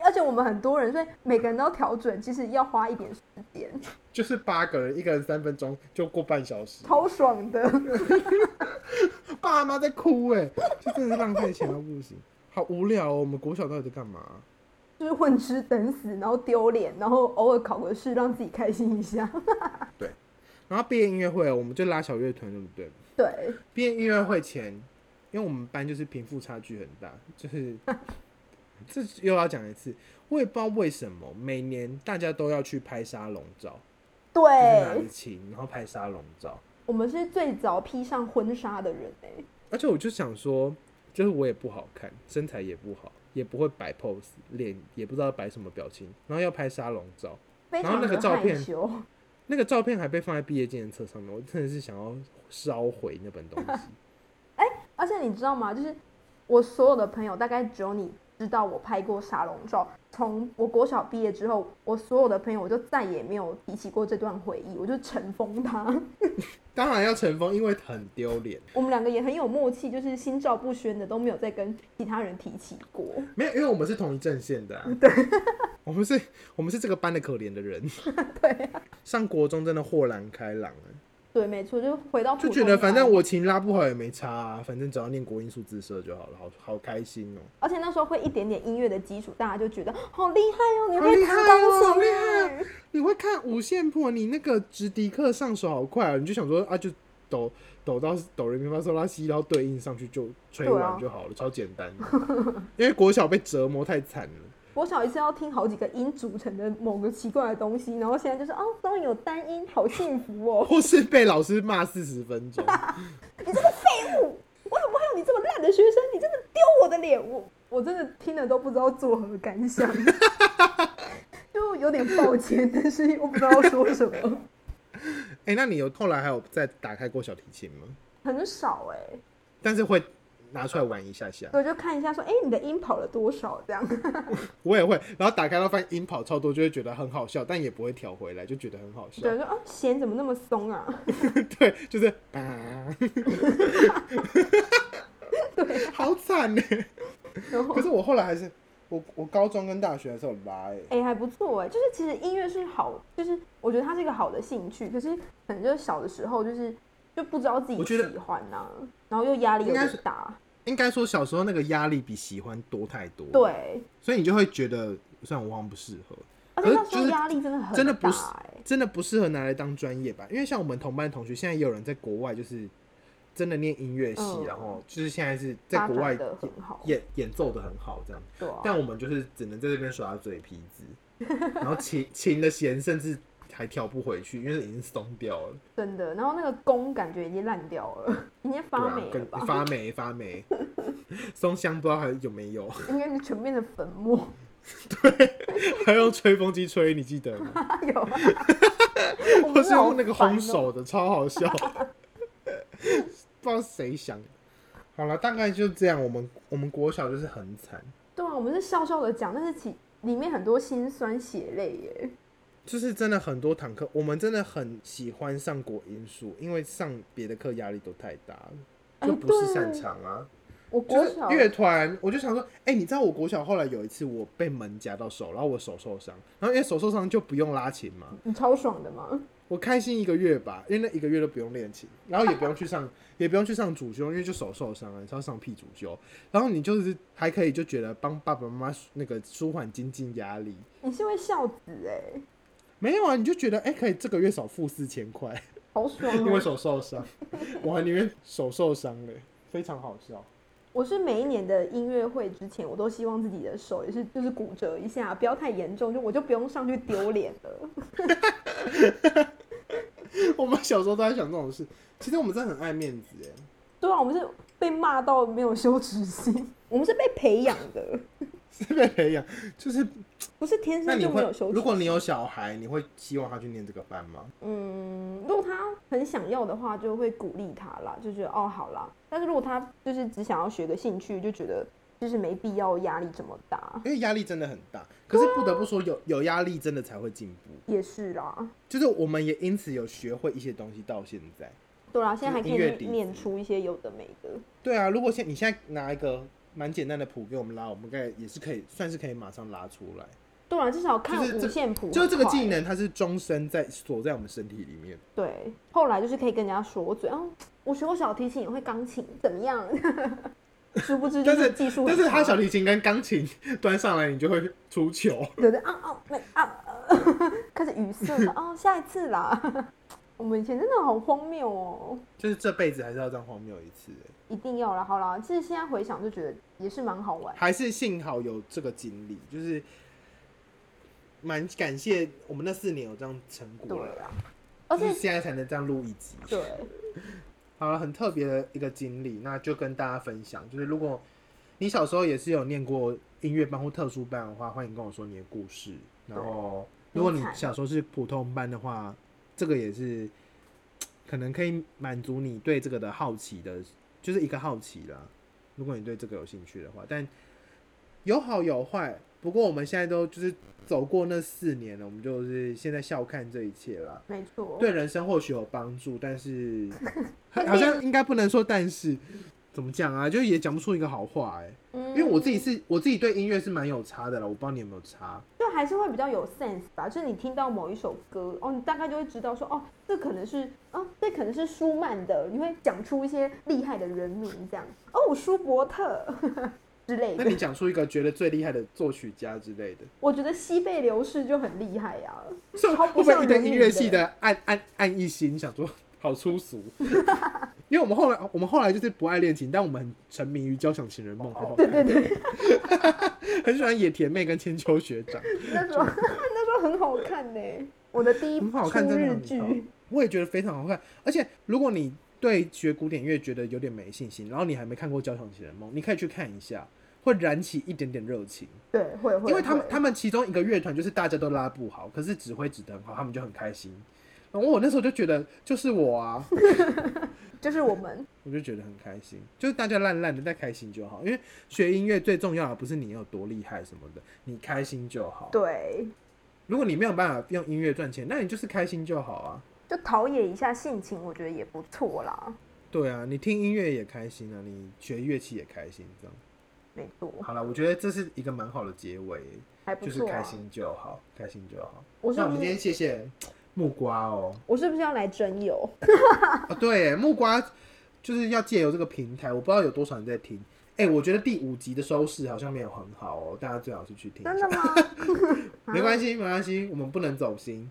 Speaker 2: 而且我们很多人，所以每个人都要调整，其实要花一点时间，
Speaker 1: 就是八个人，一个人三分钟就过半小时，
Speaker 2: 超爽的。
Speaker 1: 爸妈在哭哎、就真的是浪费钱到不行，好无聊哦！我们国小到底在干嘛、啊
Speaker 2: 就是混吃等死，然后丢脸，然后偶尔考个试让自己开心一下。
Speaker 1: 然后毕业音乐会我们就拉小乐团，对不对？
Speaker 2: 对，
Speaker 1: 毕业音乐会前，因为我们班就是贫富差距很大，就是这又要讲一次，我也不知道为什么每年大家都要去拍沙龙照，就是拿着
Speaker 2: 对，
Speaker 1: 琴然后拍沙龙照。
Speaker 2: 我们是最早披上婚纱的人哎、
Speaker 1: 而且我就想说，就是我也不好看，身材也不好，也不会摆 pose，脸也不知道摆什么表情，然后要拍沙龙照，
Speaker 2: 非
Speaker 1: 然后
Speaker 2: 常
Speaker 1: 那个
Speaker 2: 的
Speaker 1: 照
Speaker 2: 害
Speaker 1: 片
Speaker 2: 羞。
Speaker 1: 那个照片还被放在毕业纪念册上面，我真的是想要烧毁那本东西。
Speaker 2: 而且你知道吗？就是我所有的朋友，大概只有你知道我拍过沙龙照。从我国小毕业之后，我所有的朋友，我就再也没有提起过这段回忆，我就尘封它。
Speaker 1: 当然要尘封，因为很丢脸。
Speaker 2: 我们两个也很有默契，就是心照不宣的，都没有再跟其他人提起过。
Speaker 1: 没有，因为我们是同一阵线的、 啊。对，我们是，我们是这个班的可怜的人。 对、啊上国中真的豁然开朗啊，
Speaker 2: 对，没错，就回到
Speaker 1: 就
Speaker 2: 普
Speaker 1: 觉
Speaker 2: 通
Speaker 1: 得
Speaker 2: 班
Speaker 1: 反正我琴拉不好也没差、啊，反正只要念国音数字社就好了，好好开心哦、
Speaker 2: 而且那时候会一点点音乐的基础，大家就觉得好厉害哦，你
Speaker 1: 好
Speaker 2: 会
Speaker 1: 厉
Speaker 2: 弹
Speaker 1: 害
Speaker 2: 钢
Speaker 1: 哦好
Speaker 2: 琴
Speaker 1: 厉
Speaker 2: 耶
Speaker 1: 你会看五线谱，你那个直笛课上手好快、啊，你就想说啊，就抖抖到抖人咪发嗦拉西，然后对应上去就吹
Speaker 2: 对啊
Speaker 1: 完就好了，超简单的。因为国小被折磨太惨了，
Speaker 2: 我小一次要听好几个音组成的某个奇怪的东西，然后现在就是哦，终于有单音，好幸福哦！
Speaker 1: 或是被老师骂四十分钟。
Speaker 2: 你这个废物，我怎么会有你这么烂的学生？你真的丢我的脸！我我真的听了都不知道作何感 想，就有点抱歉，但是我不知道说什么，
Speaker 1: 哎、那你有后来还有再打开过小提琴吗？
Speaker 2: 很少哎、
Speaker 1: 但是会拿出来玩一下下，
Speaker 2: 所以我就看一下说，哎、你的音跑了多少这样。
Speaker 1: 啊我也会。然后打开到发现音跑超多，就会觉得很好笑，但也不会调回来，就觉得很好笑
Speaker 2: 对，。说啊，弦怎么那么松啊？
Speaker 1: 对，就是啊， 好惨呢。
Speaker 2: 然后
Speaker 1: 可是我后来还是，我我高中跟大学还是有拉哎、
Speaker 2: 哎、还不错哎、就是其实音乐是好，就是我觉得它是一个好的兴趣，可是可能就是小的时候就是就不知道自己
Speaker 1: 我觉得
Speaker 2: 喜欢呐、然后又压力又
Speaker 1: 应该
Speaker 2: 很
Speaker 1: 是
Speaker 2: 大，
Speaker 1: 应该说小时候那个压力比喜欢多太多，，
Speaker 2: 对，
Speaker 1: 所以你就会觉得，虽然我好像不适合，
Speaker 2: 而
Speaker 1: 可是
Speaker 2: 且那时
Speaker 1: 就
Speaker 2: 候
Speaker 1: 是
Speaker 2: 压力真的很大、欸，
Speaker 1: 真的不是真的不适合拿来当专业吧。因为像我们同班同学，现在也有人在国外就是真的念音乐系，
Speaker 2: 嗯
Speaker 1: 然后就是现在是在
Speaker 2: 发
Speaker 1: 国外
Speaker 2: 展的很好，
Speaker 1: 演演奏的很好这样，
Speaker 2: 对啊，
Speaker 1: 但我们就是只能在这边耍嘴皮子，然后琴琴的弦甚至还调不回去，因为已经松掉了。
Speaker 2: 真的。然后那个弓感觉已经烂掉了， 已经发霉
Speaker 1: 对
Speaker 2: 了
Speaker 1: 啊
Speaker 2: 吧？
Speaker 1: 跟发霉发霉， 松香不知道还有没有，
Speaker 2: 应该是全面的粉末。
Speaker 1: 还用吹风机吹，你记得吗？
Speaker 2: 有啊，我
Speaker 1: 或
Speaker 2: 们
Speaker 1: 是
Speaker 2: 真的好
Speaker 1: 用那个
Speaker 2: 烦
Speaker 1: 烘
Speaker 2: 哦
Speaker 1: 手的，超好笑，不知道谁想的。好了，大概就这样。我们我们国小就是很惨，
Speaker 2: 对啊，我们是笑笑的讲，但是其里面很多辛酸血泪耶。
Speaker 1: 就是真的很多堂课，我们真的很喜欢上国音数，因为上别的课压力都太大了，
Speaker 2: 哎
Speaker 1: 就不是
Speaker 2: 对
Speaker 1: 擅长啊。
Speaker 2: 我
Speaker 1: 就
Speaker 2: 国
Speaker 1: 是
Speaker 2: 小
Speaker 1: 乐团，我就想说，哎、你知道我国小后来有一次我被门夹到手，然后我手受伤，然后因为手受伤就不用拉琴嘛，
Speaker 2: 你超爽的嘛，
Speaker 1: 我开心一个月吧，因为那一个月都不用练琴，然后也不用去上， 也不用去上主修，因为就手受伤了，你知道上屁主修，然后你就是还可以就觉得帮爸爸妈妈那个舒缓经济压力，
Speaker 2: 你是位孝子哎，
Speaker 1: 没有啊，你就觉得哎、可以这个月少付四千块，
Speaker 2: 好爽
Speaker 1: 因为
Speaker 2: 哦！
Speaker 1: 手受伤，我还宁愿手受伤嘞，非常好笑。
Speaker 2: 我是每一年的音乐会之前，我都希望自己的手也是就是骨折一下，不要太严重，就我就不用上去丢脸了。
Speaker 1: 我们小时候都在想这种事，其实我们真的很爱面子哎。
Speaker 2: 对啊，我们是被骂到没有羞耻心，我们是被培养的，
Speaker 1: 是被培养，就是
Speaker 2: 不是天
Speaker 1: 那
Speaker 2: 生
Speaker 1: 你
Speaker 2: 就没
Speaker 1: 会
Speaker 2: 有羞耻心。
Speaker 1: 如果你有小孩，你会希望他去念这个班吗？
Speaker 2: 嗯，如果他很想要的话，就会鼓励他啦，就觉得哦好啦。但是如果他就是只想要学个兴趣，就觉得就是没必要压力这么大，
Speaker 1: 因为压力真的很大，可是不得不说有有压力真的才会进步，
Speaker 2: 也是啦。
Speaker 1: 就是我们也因此有学会一些东西到现在。
Speaker 2: 对啊，现在还可
Speaker 1: 音乐底
Speaker 2: 以
Speaker 1: 子
Speaker 2: 念出一些有的没的。
Speaker 1: 对啊，如果现你现在拿一个蛮简单的谱给我们拉，我们应该也是可以，算是可以马上拉出来。
Speaker 2: 对啊，至少看
Speaker 1: 就是这
Speaker 2: 五线谱很快，
Speaker 1: 就是这个技能，它是终身在锁在我们身体里面。
Speaker 2: 对，后来就是可以跟人家说我嘴，啊，我学过小提琴也会钢琴，怎么样？ 殊不知就
Speaker 1: 但是
Speaker 2: 技术
Speaker 1: 但
Speaker 2: 很差，
Speaker 1: 是他小提琴跟钢琴端上来，你就会出糗。
Speaker 2: 对对啊啊那啊，呃 开始语塞了啊，下一次啦。 我们以前真的好荒谬哦，
Speaker 1: 就是这辈子还是要这样荒谬一次、欸
Speaker 2: 一定要啦，好啦，其实现在回想就觉得也是蛮好玩。
Speaker 1: 还是幸好有这个经历，就是蛮感谢我们那四年有这样成
Speaker 2: 对
Speaker 1: 果了，
Speaker 2: 啊，而
Speaker 1: 就
Speaker 2: 且
Speaker 1: 是现在才能这样录一集。
Speaker 2: 对，
Speaker 1: 好了，很特别的一个经历，那就跟大家分享。就是如果你小时候也是有念过音乐班或特殊班的话，欢迎跟我说你的故事。然后，如果你小时候是普通班的话，这个也是可能可以满足你对这个的好奇的，就是一个好奇啦。如果你对这个有兴趣的话，但有好有坏。不过我们现在都就是走过那四年了，我们就是现在笑看这一切啦。
Speaker 2: 没错，
Speaker 1: 对人生或许有帮助，但 是好好像应该不能说，但是怎么讲啊？就也讲不出一个好话哎、
Speaker 2: 嗯
Speaker 1: 因为我自己是我自己对音乐是蛮有差的了，我不知道你有没有差。
Speaker 2: 就还是会比较有 sense 吧，就是你听到某一首歌，哦，你大概就会知道说，哦，这可能是，哦，这可能是舒曼的，你会讲出一些厉害的人名，这样，哦，舒伯特 之类
Speaker 1: 那
Speaker 2: 的。
Speaker 1: 你讲出一个觉得最厉害的作曲家之类的，
Speaker 2: 我觉得西贝流士就很厉害啊呀、
Speaker 1: 所以
Speaker 2: 超
Speaker 1: 会
Speaker 2: 不
Speaker 1: 不会
Speaker 2: 像
Speaker 1: 一堆
Speaker 2: 人
Speaker 1: 音
Speaker 2: 名
Speaker 1: 乐
Speaker 2: 的
Speaker 1: 系的按按按一心想说好粗 俗？因为我们后来我们后来就是不爱恋情，但我们很沉迷于《交响情人梦》，好不好
Speaker 2: 对对对，
Speaker 1: 很喜欢野田妹跟千秋学长，
Speaker 2: 那时候 那时候很好看呢、我的第一
Speaker 1: 很好看，
Speaker 2: 出
Speaker 1: 真的
Speaker 2: 日
Speaker 1: 很好看
Speaker 2: 剧，
Speaker 1: 我也觉得非常好看。而且如果你对学古典乐觉得有点没信心，然后你还没看过《交响情人梦》，你可以去看一下，会燃起一点点热情。
Speaker 2: 对，会会，
Speaker 1: 因为他们
Speaker 2: 会
Speaker 1: 他们其中一个乐团就是大家都拉不好，可是指挥指得很好，他们就很开心。然后我那时候就觉得就是我啊，
Speaker 2: 就是我们，
Speaker 1: 我就觉得很开心，就是大家烂烂的，但开心就好。因为学音乐最重要的不是你有多厉害什么的，你开心就好。
Speaker 2: 对，
Speaker 1: 如果你没有办法用音乐赚钱，那你就是开心就好啊。
Speaker 2: 就陶冶一下性情，我觉得也不错啦，
Speaker 1: 对啊，你听音乐也开心啊，你学乐器也开心，这样。
Speaker 2: 没错，
Speaker 1: 好了，我觉得这是一个蛮好的结尾，
Speaker 2: 还不
Speaker 1: 就
Speaker 2: 错、啊，
Speaker 1: 是开。心就好，开心就好。
Speaker 2: 我是
Speaker 1: 那我
Speaker 2: 不
Speaker 1: 们今
Speaker 2: 是
Speaker 1: 天谢谢木瓜 哦，
Speaker 2: 我是不是要来征友？
Speaker 1: 啊对耶，木瓜就是要借由这个平台，我不知道有多少人在听。哎、我觉得第五集的收视好像没有很好哦，大家最好是去听一下。
Speaker 2: 真的吗？
Speaker 1: 没关系，没关系，我们不能走心。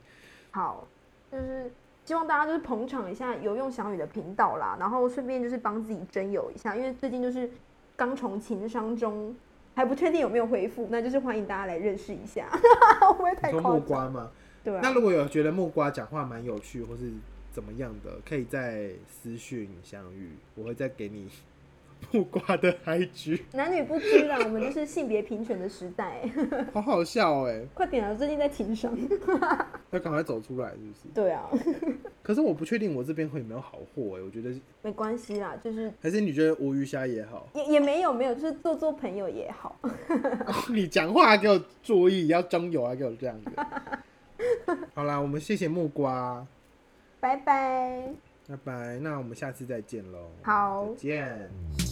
Speaker 2: 好，就是希望大家就是捧场一下有用翔宇的频道啦，然后顺便就是帮自己征友一下，因为最近就是刚从情伤中，还不确定有没有恢复，那就是欢迎大家来认识一下， 会不会
Speaker 1: 你
Speaker 2: 太
Speaker 1: 说
Speaker 2: 夸
Speaker 1: 木
Speaker 2: 张？
Speaker 1: 瓜嘛，
Speaker 2: 对啊
Speaker 1: 那，如果有觉得木瓜讲话蛮有趣，或是怎么样的，可以在私讯相遇，我会再给你木瓜的 IG。
Speaker 2: 男女不拘啦，我们就是性别平权的时代，
Speaker 1: 好好笑哎、
Speaker 2: 快点啊！最近在情商，
Speaker 1: 要赶快走出来是不是？
Speaker 2: 对啊，
Speaker 1: 可是我不确定我这边会有没有好货哎、我觉得
Speaker 2: 没关系啦，就是
Speaker 1: 还是你觉得无鱼虾也好，
Speaker 2: 也也没有没有，就是做做朋友也好，
Speaker 1: 你讲话给我注意，要征友啊，给我这样子。 好啦，我们谢谢木瓜，
Speaker 2: 拜拜。
Speaker 1: 拜拜，那我们下次再见喽。
Speaker 2: 好
Speaker 1: 再见。